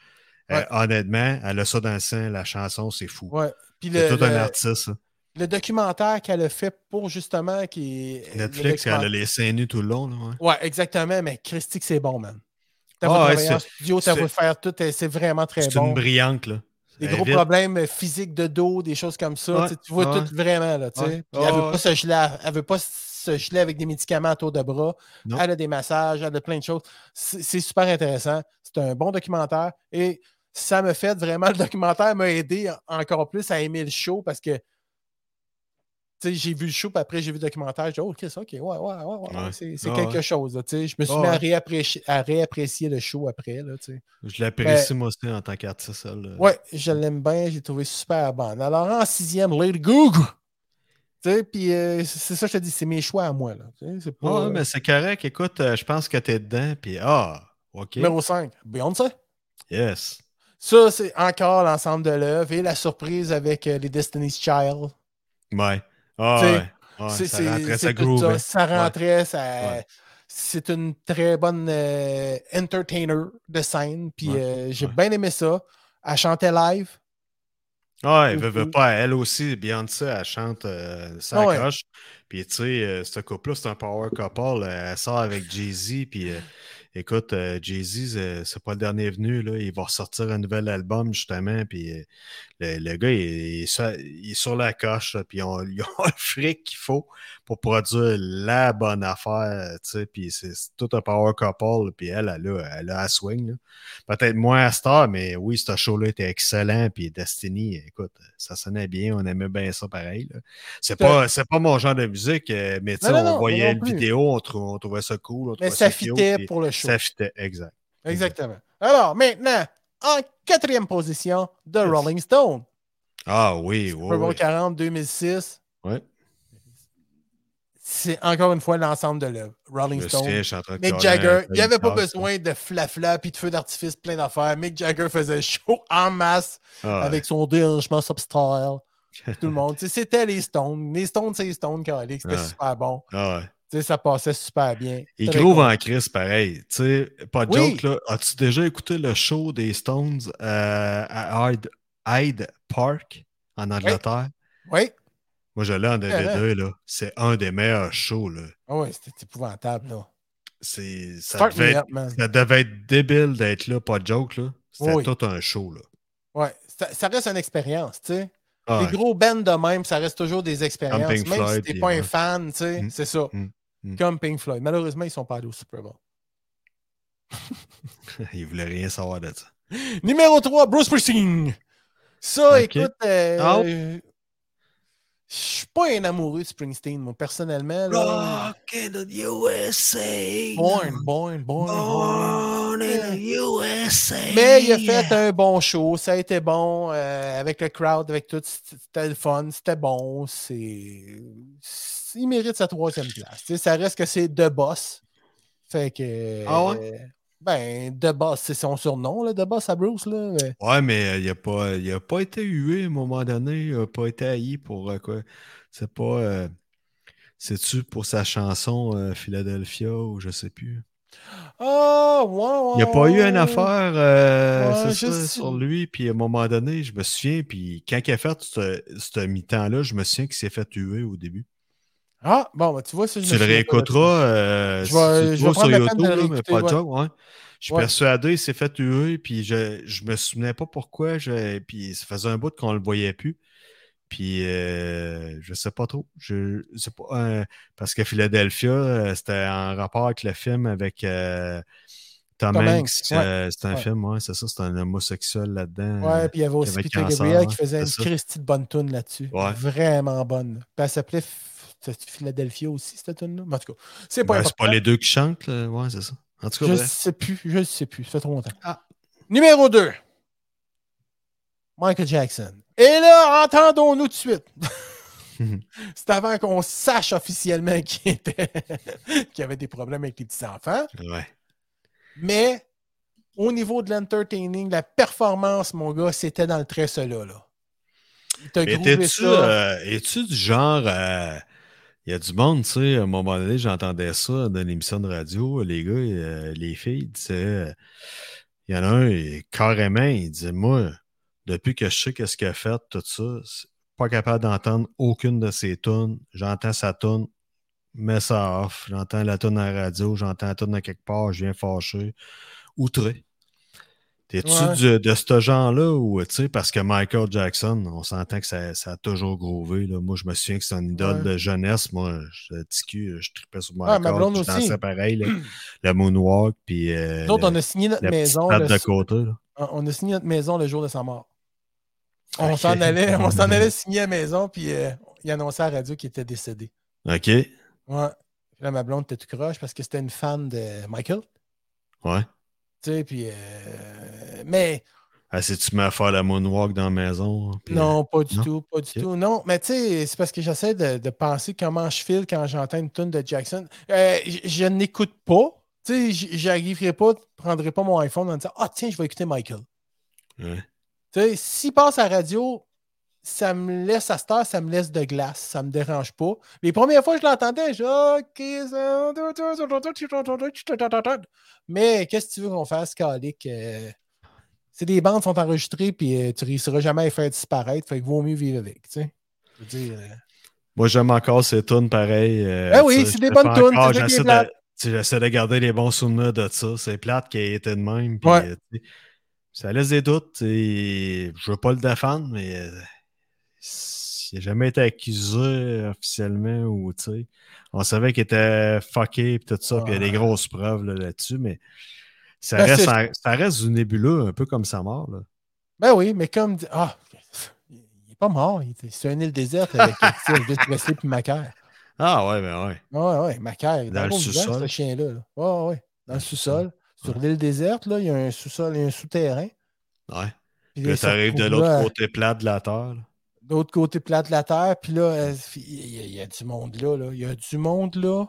Euh, honnêtement, elle a ça dans le sang, la chanson, c'est fou.
Ouais. Puis
C'est
le,
tout un
le-
artiste. hein.
le documentaire qu'elle a fait pour justement qui est-
Netflix,
le
elle a
documentaire-
les seins nus tout le long. là, ouais.
Ouais, exactement, mais Christy, que c'est bon, man. T'as
Ah,
beau
ouais,
travailler en studio, t'as
c'est-
beau faire tout, et c'est vraiment très
C'est
bon.
une brillante, là.
des
Elle
gros
vite.
problèmes euh, physiques de dos, des choses comme ça.
Ouais,
tu sais, Tu vois
ouais.
tout vraiment, là, tu sais.
Ouais.
Puis elle veut
Ouais.
pas se geler, à- elle veut pas se geler avec des médicaments à tour de bras.
Non.
Elle a des massages, elle a plein de choses. C'est c'est super intéressant. C'est un bon documentaire et ça me fait vraiment, le documentaire m'a aidé en- encore plus à aimer le show parce que tu sais, j'ai vu le show, puis après j'ai vu le documentaire, j'ai dit, oh, Chris, ok, ouais, ouais, ouais, ouais, ouais,
Ouais.
c'est c'est
Ah,
quelque
ouais.
chose. là, tu sais. je me suis
Ah,
mis à,
ouais.
réapprécier, à réapprécier le show après. Là, tu sais.
Je l'apprécie, moi aussi, en tant qu'artiste. elle, là.
Ben Ouais, je l'aime bien, j'ai trouvé super bonne. Alors en sixième, Lady Goog. Tu sais, puis euh, c'est ça, que je te dis, c'est mes choix à moi. Là. Tu sais, C'est
Ouais,
pas.
ouais, Ah, mais c'est correct. Écoute, euh, je pense que t'es dedans. Puis, ah, OK.
Numéro 5, Beyoncé.
Yes.
Ça, c'est encore l'ensemble de l'œuvre et la surprise avec euh, les Destiny's Child.
Ouais. Ah,
Tu sais,
ouais. Ouais,
c'est
ça rentrait,
c'est-
ça
c'est tout
groove.
ça,
hein.
ça rentrait, ça-
Ouais.
C'est une très bonne euh, entertainer de scène. Puis
Ouais,
euh, j'ai
ouais.
bien aimé ça. Elle chantait live.
Ouais, elle veut,
Mhm.
veut pas. Elle aussi, Beyoncé, elle chante euh, ça
Ah ouais.
accroche. Puis, tu sais, euh, ce couple-là, c'est un power couple. euh, Elle sort avec Jay-Z. Puis, euh, écoute, euh, Jay-Z, euh, c'est pas le dernier venu. Là. Il va ressortir un nouvel album, justement. Puis, euh, le, le gars, il, il est sur, il est sur la coche. là, Puis, on, ils ont le fric qu'il faut pour produire la bonne affaire. euh, Tu sais, puis c'est c'est tout un power couple. Puis, elle, elle a, elle a à swing. là. Peut-être moins à Star, mais oui, ce show-là était excellent. Puis Destiny, écoute, ça sonnait bien. On aimait bien ça pareil. là. C'est pas, c'est pas mon genre de musique, euh, mais tu sais,
Non, non,
on
non, moi
voyait
non
une
plus.
vidéo, on, trou- on trouvait ça cool. On
Mais
trouvait
ça
cute,
fitait
puis
pour le show.
Ça fitait, exact.
Exactement. Alors, maintenant, en quatrième position, The
Yes.
Rolling Stone.
Ah oui, oui.
Super Bowl
oui.
40, 2006.
Ouais.
C'est encore une fois l'ensemble de l'œuvre.
Je
Rolling
me
Stone.
souviens, je suis en train de
Mick
coller
Jagger,
un-
il n'y avait pas
Ah, ça.
besoin de flafla puis de feux d'artifice, plein d'affaires. Mick Jagger faisait chaud en masse
Ah,
avec son dérangement substyle. Tout le monde. Tu sais, C'était les Stones. Les Stones, c'est les Stones, Carly. C'était
Ouais.
super bon.
ah, ouais.
Tu sais, ça passait super bien.
Il
Très
groove
cool.
en crise, pareil. Tu sais, pas de
Oui.
joke, là. As-tu déjà écouté le show des Stones euh, à Hyde, Hyde Park, en Angleterre?
Oui,
Moi, je l'ai en DVD, là. C'est un des meilleurs shows, là.
Ah ouais, c'était épouvantable. Là.
C'est, ça,
Start
devait
me
être,
up, man.
ça devait être débile d'être là, pas de joke, là. C'était
Oui.
tout un show, là.
Ouais, ça, ça reste une expérience, tu sais.
Ah,
Les gros bands de même, ça reste toujours des expériences.
Comme
Même
Pink
si
Floyd,
t'es
puis
pas un
ouais.
fan, tu sais,
Mm.
c'est ça.
Mm. Mm.
Comme Pink Floyd. Malheureusement, ils sont pas allés au Super Bowl.
Ils voulaient rien savoir de ça.
Numéro 3, Bruce Springsteen. Ça,
Ok.
écoute, euh,
Ah ouais.
euh, je suis pas un amoureux de Springsteen, moi, personnellement. Là,
in the USA.
born, born, born, born.
USA.
Mais il a fait un bon show, ça a été bon euh, avec le crowd, avec tout, c'était c'était le fun, c'était bon, c'est. c'est- Il mérite sa troisième place. tu sais, ça reste que c'est The Boss. Fait que.
Ah
ouais? Ben, The Boss, c'est son surnom, là, The Boss à Bruce, là. mais-
Ouais, mais euh, il a pas, il a pas été hué à un moment donné, il a pas été haï pour euh, quoi. C'est pas. euh, C'est-tu pour sa chanson euh, Philadelphia ou je sais plus.
Ah, ouais, ouais.
Il n'y a pas eu une
ouais.
affaire euh,
Oh! Ouais,
c'est
je
ça,
sais.
sur lui, puis à un moment donné, je me souviens, puis quand il a fait ce, ce mi-temps-là, je me souviens qu'il s'est fait tuer au début.
Ah, bon, ben, tu vois, ça, je
Tu
me
le
souviens pas de ça.
réécouteras euh,
Je
si
vais-
tu le
je vais
trouves sur
prendre la peine
YouTube,
de le
là, mais
réécouter,
pas de
ouais.
joke, ouais. Je suis
Ouais.
persuadé, il s'est fait tuer, puis je, je me souvenais pas pourquoi, je, puis ça faisait un bout qu'on le voyait plus. Puis euh, je sais pas trop. Je, c'est pas, euh, parce que Philadelphia, euh, c'était en rapport avec le film avec euh, Tom,
Tom
Hanks.
Hanks, ouais.
euh, c'est un
Ouais.
film, ouais, c'est ça, c'est un homosexuel là-dedans.
Ouais,
euh,
puis il y avait aussi
avait
Peter
cancer,
Gabriel
ouais,
qui faisait
c'est
une
ça.
Christie de bonne tune là-dessus.
Ouais.
Vraiment bonne. Puis elle s'appelait F- c'était-tu Philadelphia aussi, cette tune-là. Mais En tout cas, c'est pas
ben, c'est
important.
pas les deux qui chantent, là. ouais, c'est ça.
hein.
En tout
Je
cas,
ne
bref.
sais plus, je ne sais plus. Ça fait trop longtemps.
Ah.
Numéro 2. Michael Jackson. Et là, entendons-nous tout de suite. C'est avant qu'on sache officiellement qu'il était, qu'il avait des problèmes avec les petits-enfants.
Ouais.
Mais au niveau de l'entertaining, la performance, mon gars, c'était dans le très là. là. Il t'a
Mais
groové
t'es-tu
ça.
euh, es-tu du genre. il y a du monde, tu sais, à un moment donné, j'entendais ça dans l'émission de radio, les gars, euh, les filles disaient. euh, Il y en a un, il- carrément, il dit Moi, depuis que je sais qu'est-ce qu'il a fait, tout ça, c'est pas capable d'entendre aucune de ses tunes. J'entends sa tune, mets ça off. J'entends la tune à la radio, j'entends la tune à quelque part, je viens fâché, outré. T'es-tu
Ouais.
du- de ce genre-là ou, tu sais, parce que Michael Jackson, on s'entend que ça, ça a toujours grové. là. Moi, je me souviens que c'est une idole
Ouais.
de jeunesse. Moi, j'étais petit cul, je tripais sur
Ouais,
Michael.
ma blonde
je dansais
aussi.
pareil, là. le moonwalk, puis euh,
Nous autres,
le-
on a signé notre
la petite
maison.
patte
le-
de côté. là.
Ah, on a signé notre maison le jour de sa mort. On
Ok.
s'en allait, on s'en allait signer à la maison, puis euh, il annonçait à la radio qu'il était décédé.
OK,
Ouais. Puis là, ma blonde était tout croche parce que c'était une fan de Michael.
ouais.
Tu sais, puis. euh, mais
Ah, si tu mets à faire la moonwalk dans la maison. hein, puis, euh,
non, pas du
non?
tout, pas du
Ok.
tout. Non, mais tu sais, c'est parce que j'essaie de, de penser comment je file quand j'entends une tune de Jackson. Euh, je je n'écoute pas. Tu sais, j- j'arriverai pas, je prendrai pas mon iPhone en me disant Ah, tiens, je vais écouter Michael.
Ouais.
Tu sais, s'il passe à la radio, ça me laisse à cette heure, ça me laisse de glace, ça me dérange pas. Les premières fois que je l'entendais, je OK, ça- Mais qu'est-ce que tu veux qu'on fasse, Calic? Euh, C'est des bandes qui sont enregistrées, puis euh, tu réussiras jamais à les faire disparaître, fait que vaut mieux vivre avec, tu sais. Je veux dire, euh,
Moi, j'aime encore ces tunes pareilles. euh,
Ben oui,
tu sais,
c'est
je
des
le
bonnes
fais
tunes,
encore,
c'est ça qui est
J'essaie de,
plate.
tu sais, j'essaie de garder les bons souvenirs de ça. C'est plate qui a été de même. puis,
Ouais.
euh, tu sais, ça laisse des doutes. et Je veux pas le défendre, mais euh, il n'a jamais été accusé euh, officiellement. Ou, tu sais, on savait qu'il était fucké et tout ça. Puis il y a des
Ouais.
grosses preuves là, là-dessus. mais ça,
Ben,
reste,
c'est-
ça, ça reste du nébuleux, un peu comme sa mort. là.
Ben oui, mais comme. dit- Ah, il est pas mort, il est sur une île déserte avec Elvis Presley puis Macaire.
Ah ouais, ben ouais.
Ouais, ouais, Macaire. il est
Dans le
encore vivant,
sous-sol.
Ce chien-là. là. Ouais, ouais. Dans le
le
sous-sol. Sur l'île déserte, là, il y a un sous-sol et un souterrain.
ouais.
Puis
Puis
là,
là,
il se
t'arrives de
retrouve
l'autre
là,
côté plate de la terre. là.
de l'autre côté plat de la Terre. Puis là, euh, il y, a- il y a du monde là, là. Il y a du monde là.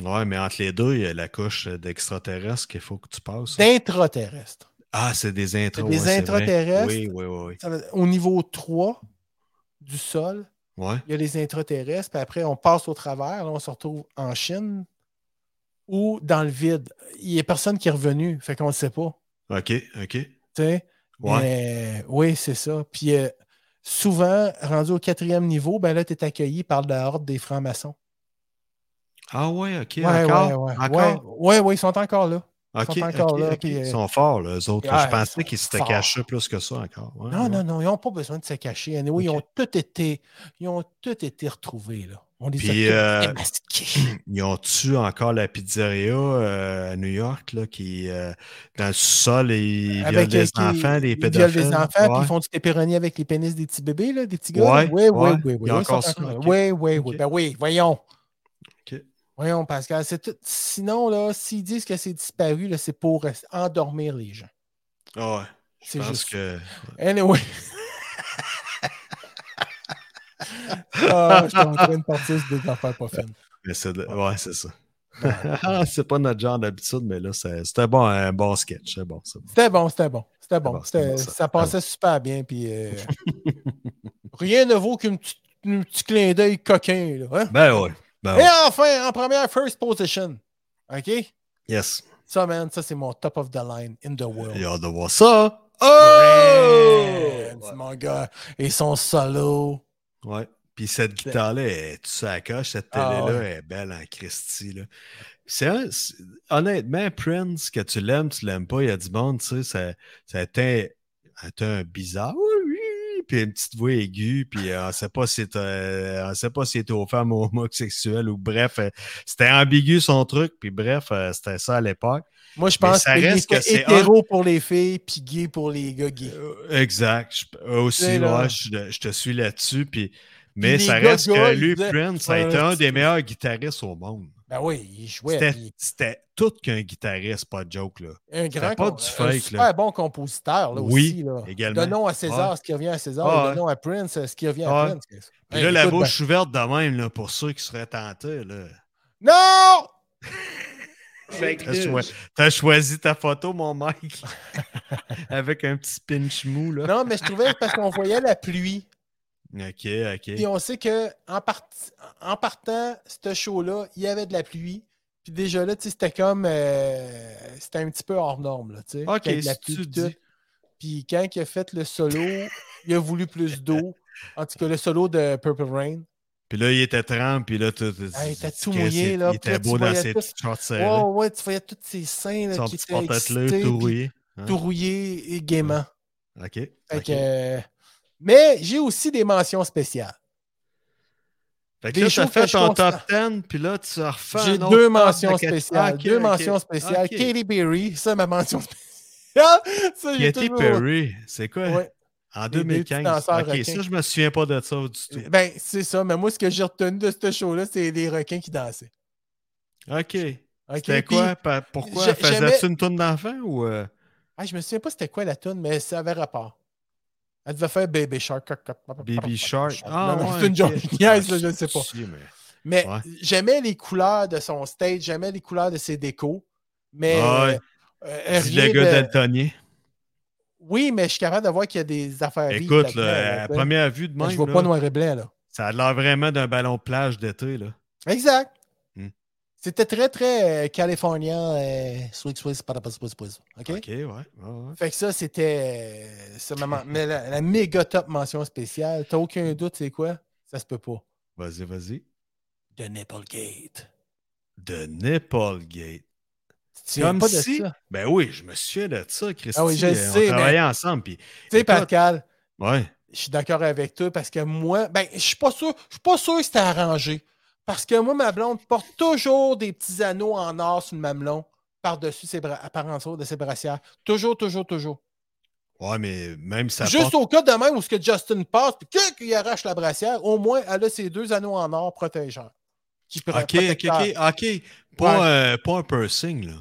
Ouais, mais entre les deux, il y a la couche d'extraterrestres qu'il faut que tu passes.
D'intraterrestres.
Ah, c'est des intros.
Ben, C'est des
ouais, vrai.
intraterrestres.
Oui, oui, oui.
Ça veut- Au niveau 3 du sol,
oui. Ouais.
il y a les intraterrestres. Puis après, on passe au travers. Là, on se retrouve en Chine ou dans le vide. Il n'y a personne qui est revenu. Fait qu'on ne sait pas.
OK, OK.
Tu sais?
Ouais.
Mais, oui, c'est ça. Puis euh, souvent, rendu au quatrième niveau, ben là, tu es accueilli par la horde des francs-maçons.
Ah ouais, OK.
ouais,
encore?
ouais, ouais,
Encore?
ouais. Ouais, ouais, ils sont encore là.
OK,
sont encore
OK,
là,
OK.
puis, euh,
Ils sont forts, là, eux autres.
Ah,
Je
ils
pensais
sont
qu'ils s'étaient
forts.
cachés plus que ça encore. Ouais,
Non,
ouais.
non, non, ils n'ont pas besoin de se cacher. Anyway, ils
Ok.
ont tout été, ils ont tout été retrouvés. Là. On les
Puis,
a tous
euh,
démasqués.
Ils ont tué encore la pizzeria euh, à New York, là, qui, euh, dans le sol, ils violent
Avec, euh,
des
qui-
enfants, des
ils violent
pédophiles.
des enfants, puis
Ouais.
ils font du pepperoni avec les pénis des petits bébés, là, des petits gars.
Ouais,
là. oui, oui,
ouais.
oui,
Il
oui.
y a
oui, ils sont
encore ça,
là.
ok.
Oui, oui, oui.
Ok.
Ben oui, voyons.
Ok.
Voyons, Pascal. c'est tout- Sinon, là, s'ils disent que c'est disparu, là, c'est pour euh, endormir les gens.
Ah ouais. Je
C'est
pense
juste.
que.
Anyway. ah, je suis en train de partir sur des affaires pas fines.
mais c'est de- Ouais, c'est ça. Ah, c'est pas notre genre d'habitude, mais là, c'est- c'était bon, un bon sketch. C'est bon, c'est bon.
C'était bon, c'était bon. C'était bon.
bon, c'était
C'était-
bon, ça.
ça. passait super bien. Puis, euh, rien ne vaut qu'un petit, un petit clin d'œil coquin. là, hein?
Ben ouais. Ben
Et
ouais.
enfin, en première first position. OK?
Yes.
Ça, man, ça, c'est mon top of the line in the world.
Il a hâte de voir ça. Oh!
Friends, mon gars. Et son solo.
Ouais. Puis cette guitare-là, elle est tu coche, cette
Ben Ah,
télé-là
ouais.
elle est belle en Christie. Là. C'est un- c'est- honnêtement, Prince, que tu l'aimes, tu l'aimes pas, il y a du monde, tu sais, ça, ça a été, a été un bizarre. Oui, oui, Puis une petite voix aiguë, puis euh, on sait pas si c'était, euh, on sait pas si c'était aux femmes ou homosexuelles ou bref, euh, c'était ambigu son truc, puis bref, euh, c'était ça à l'époque.
Moi, je
Mais
pense
ça
qu'il
reste
était
que c'est
hétéro pour les filles, puis gay pour les gars gays.
Euh, Exact. Je- euh, aussi,
C'est Ben, là.
ouais, je, je te suis là-dessus. Puis, mais
les
ça
gars,
reste
gars,
que lui,
ils disaient,
Prince, ça a
Ouais,
été un
c'est-
des meilleurs guitaristes au monde.
Ben oui, il jouait.
C'était
puis
c'était tout qu'un guitariste, pas de joke. Là.
Un grand
pas
com-
du
un
fake,
super
là.
bon compositeur là,
Oui,
aussi. Là.
également.
Donnons à César
Ouais.
ce qui revient à César,
Ah, ouais.
donnons à Prince euh, ce qui revient à
Ouais.
Prince.
Puis
Hey,
là, la
écoute,
bouche ouverte de même là, pour ceux qui seraient tentés. Là.
ben- Non!
T'as choi- t'as choisi ta photo, mon Mike, avec un petit pinch mou. Là.
Non, mais je trouvais parce qu'on voyait la pluie.
Ok,
Puis
ok.
on sait que en, part- en partant, ce show-là, il y avait de la pluie. Puis déjà là, tu sais, c'était comme. euh, c'était un petit peu hors norme, là, tu sais.
Ok,
Avec la
si tu
pluie,
dis.
tout. Puis quand il a fait le solo, il a voulu plus d'eau. En tout cas, le solo de Purple Rain.
Puis là, il était trempe, puis là, tout.
Ah, il était tout
Chris,
mouillé, là,
Il
puis là,
était
tu
beau dans
voyais
ses
tout.
petites shorts serrées.
Ouais, ouais, tu voyais tous ces seins là,
son
qui
petit
étaient excités,
pantalon tout
puis
rouillé. hein.
tout rouillé et gaiement.
OK.
Fait
OK.
que, euh, mais j'ai aussi des mentions spéciales.
Fait que
Des
là,
shows
t'as
que
fait
je
ton
constate.
top 10, puis là, tu refais
J'ai
un autre
deux
top
mentions
de quatre-
spéciales.
Ah, ok,
deux
ok.
mentions spéciales.
Ok.
Katy Perry, ça, ma mention spéciale. ça, j'ai
Katy
toujours...
Perry, c'est quoi?
Ouais.
En
Les deux petits
2015.
danseurs
OK,
requins.
ça, je me souviens pas de ça du tout.
Ben, c'est ça. Mais moi, ce que j'ai retenu de ce show-là, c'est les requins qui dansaient.
OK.
Ok,
C'était
puis-
quoi? Pa- Pourquoi?
je-
Faisais-tu
j'aimais-
une tourne d'enfant ou... euh,
Ah, je me souviens pas c'était quoi la tune, mais ça avait rapport. Elle devait faire Baby Shark.
Baby Shark.
Ah,
ouais,
c'est une
ok.
joke. Niaise, là, je ne sais pas.
Si, mais-
Mais
Ouais.
j'aimais les couleurs de son stage, j'aimais les couleurs de ses décos. Mais.
Ouais.
euh, euh,
Dis
rien
le gars
de-
daltonien.
Oui, mais je suis capable de voir qu'il y a des affaires. vives
Écoute,
là-dedans,
là,
là,
à
tu sais.
première vue de même,
je vois
là,
pas noir et blanc, là.
ça a l'air vraiment d'un ballon de plage d'été. là.
Exact.
Hmm.
C'était très, très euh, californien. euh, swig, swig, spadapa, swig, swig. OK?
OK, ouais. ouais, ouais.
Fait que ça, c'était euh, ce moment. Mais la, la méga top mention spéciale, t'as aucun doute, c'est quoi? Ça se peut pas.
Vas-y, vas-y.
The Nipplegate.
De Nipple Gate.
Tu te souviens
Comme
pas de
si.
ça.
Ben oui, je me souviens de ça, Christy.
Ah oui, je
Euh,
sais,
On
mais-
travaillait ensemble. Puis...
Tu sais,
Écoute.
Pascal,
Ouais.
je suis d'accord avec toi parce que moi, ben, je suis pas sûr, je suis pas sûr que c'était arrangé. Parce que moi, ma blonde porte toujours des petits anneaux en or sur le mamelon, par-dessus ses bras, par en dessous de ses brassières. Toujours, toujours, toujours.
Ouais, mais même ça.
Juste
porte-
au cas de même où ce que Justin passe, puis que qu'il arrache la brassière, au moins, elle a ses deux anneaux en or protégeurs. Qui pro-
OK, OK,
protecteurs.
OK. OK. Pas, euh, pas un piercing, là.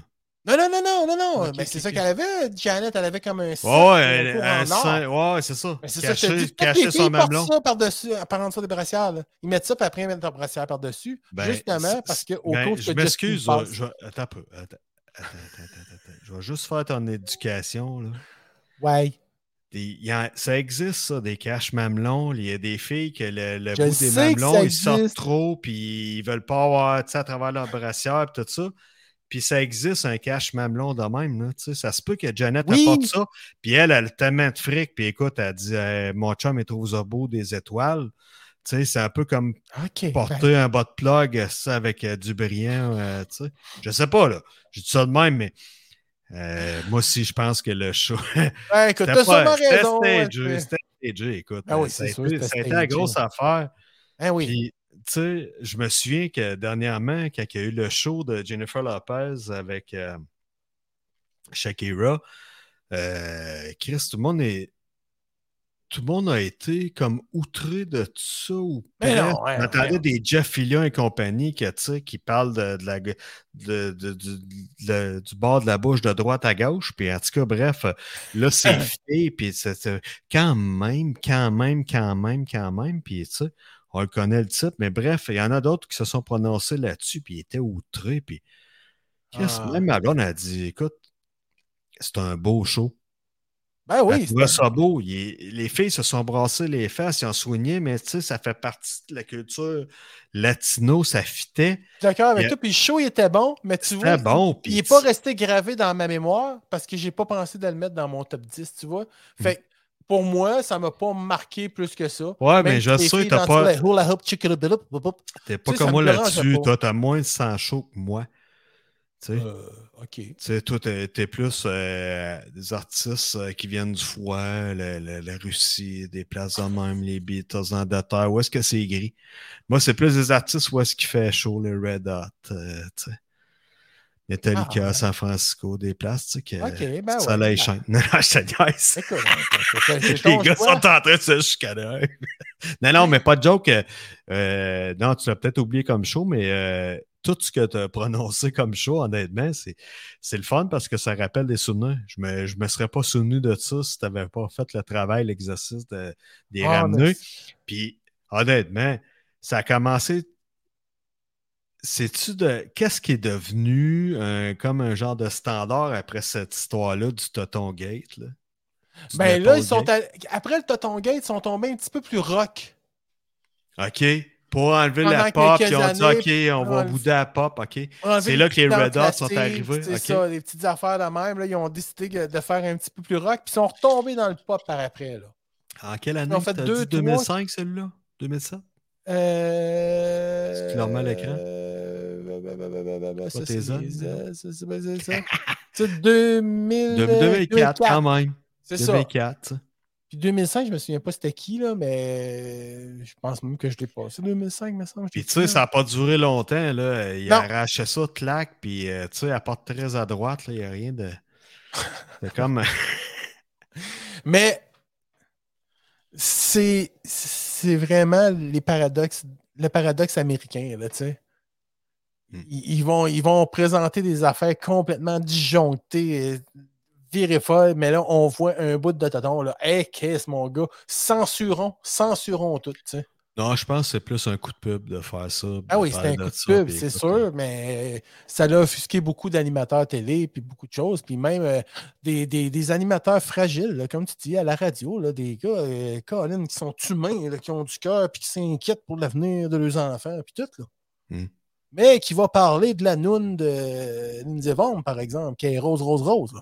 Non, non, non, non, non, non.
Ok,
mais
ok,
c'est ça
ok.
qu'elle avait, Janet. Elle avait comme un sac,
Ouais, ouais,
un coup
un- un
en or.
sein- ouais, c'est ça.
Mais Ben, c'est ça que je te
Caché,
dis. Toutes les
caché son
filles
mamelon.
portent ça par-dessus, euh, par en dessous des brassières. là. Ils mettent ça, puis après, ils mettent leur brassière par-dessus.
Ben,
justement,
c'est-
parce que au
ben,
cours de
Je m'excuse. là, Je... vais- Attends un peu. Attends, attends, attends, attends, attends. Je vais juste faire ton éducation, là.
Ouais.
Des- il y en- ça existe, ça, des caches mamelons. Il y a des filles que le, le
Je
bout des
sais que
mamelons,
ça
ils sortent
existe.
trop, puis ils veulent pas avoir, tu sais, à travers leur brassière, puis tout ça. Puis ça existe, un cache mamelon de même, là, tu sais. Ça se peut que Janet
Oui.
apporte ça, puis elle, elle a tellement de fric, puis écoute, elle dit Eh, Mon chum, il trouve ça beau des étoiles. » Tu sais, c'est un peu comme
OK. ben,
porter un bas de plug euh, ça, avec euh, du brillant, euh, tu sais. Je sais pas, là. Je dis ça de même, mais euh, moi aussi, je pense que le show...
ben, écoute,
C'était
t'as
pas-
sûrement
c'était
raison. hein, ouais,
stagé,
mais-
C'était stagé, écoute.
Ah oui,
ça, a
c'est sûr,
été,
c'était
ça a été
stagé.
la grosse affaire.
Hein, oui.
Puis, tu sais, je me souviens que dernièrement, quand il y a eu le show de Jennifer Lopez avec euh, Shakira, euh, Chris, tout le monde est. Tout le monde a été comme outré de ça ou
Mais
presque.
non, ouais,
On entendait
ouais.
hein, des Jeff Fillion et compagnie que, tu sais, qui parlent de, de la, gue- de- de- du- de- du bord de la bouche de droite à gauche. Puis en tout cas, bref, là, c'est fait. Puis c'est- c'est- quand même, quand même, quand même, quand même. Puis tu sais, on le connaît le type. Mais bref, il y en a d'autres qui se sont prononcés là-dessus. Puis ils étaient outrés. Puis Chris,
Ah.
même ma blonde a dit écoute, c'est un beau show.
Ben
Oui,
oui.
Elle trouvait ça beau. Il est- les filles se sont brassées les fesses, ils ont soigné, mais tu sais, ça fait partie de la culture latino, ça fitait.
Je suis d'accord avec
Yeah.
toi. Puis le show, il était bon, mais tu vois,
C'était bon. puis
il n'est
tu-
pas resté gravé dans ma mémoire parce que j'ai pas pensé de le mettre dans mon top 10, tu vois. Fait que pour moi, ça m'a pas marqué plus que ça.
Mm. Ouais, mais
Même
je
les
sais,
filles
t'as
dansent
pas-
sur la hula hoop, chickadabidop, bop, bop.
t'es pas
sais,
comme
ça
moi
me dérange
là-dessus.
pas.
Toi, t'as moins de sang chaud que moi. Tu sais,
Euh, OK.
tu sais, toi, t'es t'es plus euh, des artistes euh, qui viennent du froid, le- le- la Russie, des places de même, les Beatles en terre. Où est-ce que c'est gris? Moi, c'est plus des artistes où est-ce qu'il fait chaud, le Red Hot, euh, tu sais. Metallica,
Ah, ouais.
San Francisco, des places, tu sais, que
OK, ben
ça
ouais.
les chaîne. Non, non, je te niaise.
Écoute, hein, c'est- c'est- c'est
Les
ton
gars sont
choix.
en train de se chicaner. hein. non, non, mais pas de joke. euh, euh, non, tu l'as peut-être oublié comme show, mais euh, tout ce que tu as prononcé comme show, honnêtement, c'est, c'est le fun parce que ça rappelle des souvenirs. Je me, je me serais pas souvenu de ça si tu n'avais pas fait le travail, l'exercice de, des
Ah,
ramener.
mais-
Puis, honnêtement, ça a commencé. Sais-tu de. Qu'est-ce qui est devenu euh, comme un genre de standard après cette histoire-là du Toton Gate? Là? Du
Ben là,
Nipple
ils sont
Gate?
allés- après le Toton Gate, ils sont tombés un petit peu plus rock.
OK. Pour enlever
Pendant
la
que
pop,
quelques
ils ont dit
années,
OK, on va
enlever-
bouder la pop, OK.
Enlever
C'est là que les
petites
Red
dents
Hot sont
plastiques,
arrivés,
C'est
ok.
ça, les petites affaires de même. Là, ils ont décidé que- de faire un petit peu plus rock, puis ils sont retombés dans le pop par après. Là.
En quelle année?
Ils ont fait
t'as
deux,
dit 2005, celui-là? 2007?
Euh...
C'est-tu normal, l'écran?
Euh...
Pas
ça,
tes
c'est-
hommes,
ça, c'est- c'est- c'est- c'est- C'est 2000...
2004, quand même.
C'est ça.
2004.
Puis 2005, je me souviens pas c'était qui, là, mais euh, je pense même que je l'ai passé 2005, me semble.
Puis tu sais, ça n'a pas duré longtemps. Là. Il
Mm. Non.
arrachait ça, claque, puis euh, tu sais, elle porte très à droite. là, Il n'y a rien de. C'est comme. euh,
Mais c'est c'est vraiment les paradoxes, le paradoxe américain, là, tu sais.
Mm.
Ils, ils vont, ils vont présenter des affaires complètement disjonctées, euh, virées folles, mais là, on voit un bout de tonton, là. Hey, qu'est-ce, mon gars? Censurons, censurons tout, tu sais.
Non, je pense que c'est plus un coup de pub de faire ça.
Ah oui,
faire
c'était un
de
coup
ça,
de pub,
puis
c'est
écoute, euh,
sûr, mais ça l'a offusqué beaucoup d'animateurs télé, puis beaucoup de choses, puis même euh, des, des- des animateurs fragiles, là, comme tu dis, à la radio, là, des gars, euh, Colin, qui sont humains, là, qui ont du cœur, puis qui s'inquiètent pour l'avenir de leurs enfants, puis tout. Là.
Hmm.
Mais qui va parler de la noune de Lindsay Vonn, par exemple, qui est rose, rose, rose, là,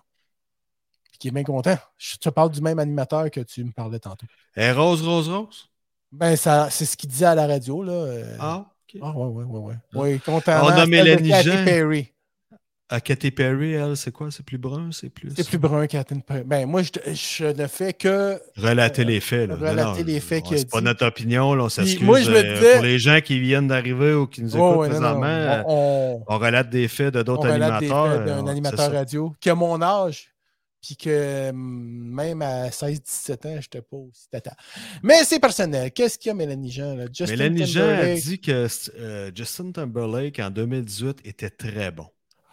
puis qui est bien content. Je te parle du même animateur que tu me parlais tantôt.
Eh, rose, rose, rose.
Ben, ça, c'est ce qu'il disait à la radio, là. euh,
Ah, OK.
ah, ouais, ouais, ouais, ouais. Oui, contrairement
On a
à celle de
Mélanie
Katy
Jean.
Perry.
À Katy Perry, elle, c'est quoi? C'est plus brun? C'est plus.
C'est plus brun, Katy Perry. Ben, moi, je, je ne fais que.
Relater les faits. Là. Non,
Euh, relater
non,
les faits
on-
qu'il a
C'est pas
dit.
notre opinion, là, on s'excuse.
moi, je me
euh,
disais-
Pour les gens qui viennent d'arriver ou qui nous écoutent
Ouais, ouais, non, non,
présentement, euh,
on,
on relate des faits de
on- on
d'autres
relate des
animateurs.
faits
euh, on-
d'un
c'est
animateur
ça.
radio qui a mon âge, puis que hum, même à 16-17 ans, je n'étais pas aussi tata. Mais c'est personnel. Qu'est-ce qu'il y a, Mélanie Jean? Là? Justin
Mélanie Jean a
Timberlake.
dit que euh, Justin Timberlake en 2018 était très bon.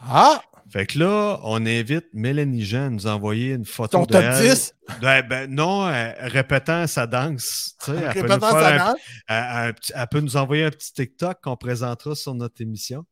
Ah,
Fait que là, on invite Mélanie Jean à nous envoyer une photo
ton
de
top
elle.
10.
Ben, ben, non, euh, répétant sa danse. tu sais, elle peut nous
répétant
faire
sa
un-
danse,
elle- elle- elle peut nous envoyer un petit TikTok qu'on présentera sur notre émission.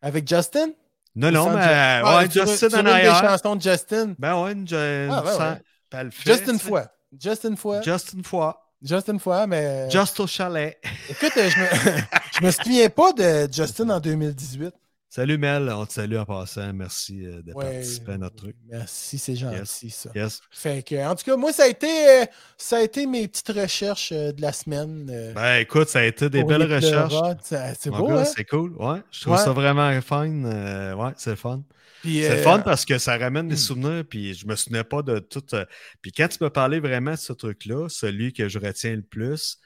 Avec Justin?
Non, non,
Sans
mais
Ju-
euh,
Ah,
ouais,
tu veux-
Justin
tu
en
veux des
arrière.
chansons de Justin.
Ben ouais, une, une-
Ah, ben
sans-
ouais.
ben, elle le fait,
Juste
tu
une
sais.
fois. Juste une fois.
Just une fois.
Juste une fois, mais.
Just au chalet.
Écoute, euh, je me, je me souviens pas de Justin en 2018.
Salut Mel, on te salue en passant. Merci euh, de
Ouais.
participer à notre truc.
Merci, c'est gentil ça.
Yes.
Fait que, en tout cas, moi, ça a été, euh, ça a été mes petites recherches euh, de la semaine. euh,
Ben écoute, ça a été des
pour
belles
les
recherches.
pleurotes. Ça- C'est
Mon
beau,
gars,
hein?
c'est cool. Ouais, je trouve
Ouais.
ça vraiment fun. Euh, ouais, c'est le fun.
Puis,
C'est le
euh,
fun hein? parce que ça ramène des
hmm.
souvenirs, puis je me souvenais pas de tout. euh, Puis quand tu me parlais vraiment de ce truc-là, celui que je retiens le plus,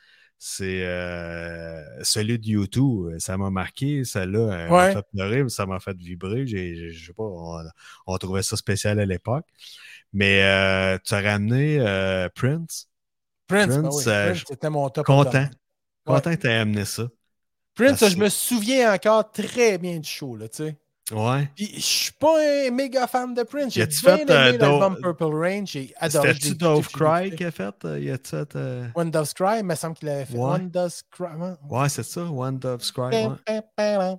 c'est euh, celui de YouTube. Ça m'a marqué, celle-là euh, m'a
Ouais.
fait pleurer, ça m'a fait vibrer. J'ai- j'ai- Je sais pas, on, on trouvait ça spécial à l'époque. Mais euh, tu as ramené euh, Prince.
Prince, ben
Prince,
oui,
euh,
Prince,
je-
c'était mon top.
Content.
Ouais.
Content que tu aies amené ça.
Prince,
Merci.
je me souviens encore très bien du show, là, tu sais.
Ouais.
Puis, je suis pas un méga fan de Prince. J'ai
Y a-tu
bien
fait,
aimé
euh,
l'album
Do-
Purple Rain. J'ai adoré.
C'était-tu
j'ai-
Dove
j'ai- j'ai-
Cry qui a fait? euh, Y a-tu fait, euh,
One Dove's Cry, il me semble qu'il avait fait.
Ouais.
One Dove's Cry. hein?
Ouais, c'est ça, One Dove Cry. ouais.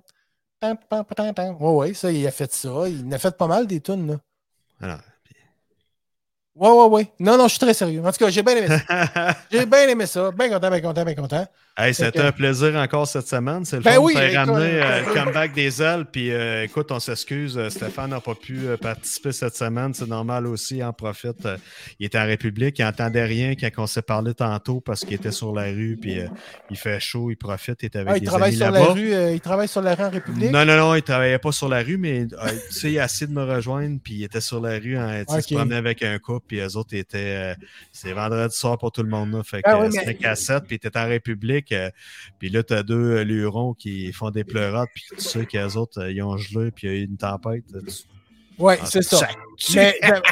Oui, oui, ça, il a fait ça. Il en a fait pas mal des tunes, là.
Alors.
Ouais, ouais, ouais. Non, non, je suis très sérieux. En tout cas, j'ai bien aimé ça. J'ai bien aimé ça. Bien content, bien content, bien content.
Hey, c'était
que-
un plaisir encore cette semaine. C'est le
Ben
fun
oui,
de
écoute.
faire ramener euh, le comeback des ailes. Puis euh, écoute, on s'excuse. euh, Stéphane n'a pas pu euh, participer cette semaine. C'est normal aussi. Il en profite. euh, il était en République. Il n'entendait rien quand on s'est parlé tantôt parce qu'il était sur la rue. Puis euh, il fait chaud. Il profite. Il était avec
Ah, il
des
travaille
amis
sur la
là-bas.
rue, euh, il travaille sur la rue en République.
Non, non, non, il travaillait pas sur la rue, mais euh, tu sais, il a essayé de me rejoindre, puis il était sur la rue, hein, tu sais, il se
Ok.
promenait avec un couple, puis eux autres étaient. euh, c'est vendredi soir pour tout le monde, là. Fait que
Ah oui,
euh,
mais-
c'était cassette, puis t'es en République, euh, puis là, t'as deux euh, lurons qui font des pleurotes, puis tu sais qu'eux autres, euh, ils ont gelé, puis il y a eu une tempête. euh, tu-
Ouais,
ah,
c'est ça.
sac.
Mais j'aim-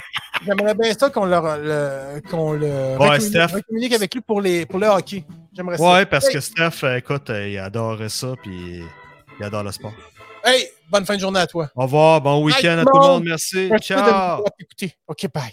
j'aimerais bien ça qu'on leur- le, qu'on le
Ouais,
recommunique-
Steph.
recommunique avec lui pour, les, pour le hockey. J'aimerais ça.
Ouais, parce
Hey,
que Steph, euh, écoute, euh, il adorait ça, puis il adore le sport.
Hey, bonne fin de journée à toi.
Au revoir, bon week-end à tout le
monde.
monde, merci.
Merci de
Ciao!
m'avoir écouté. OK, bye.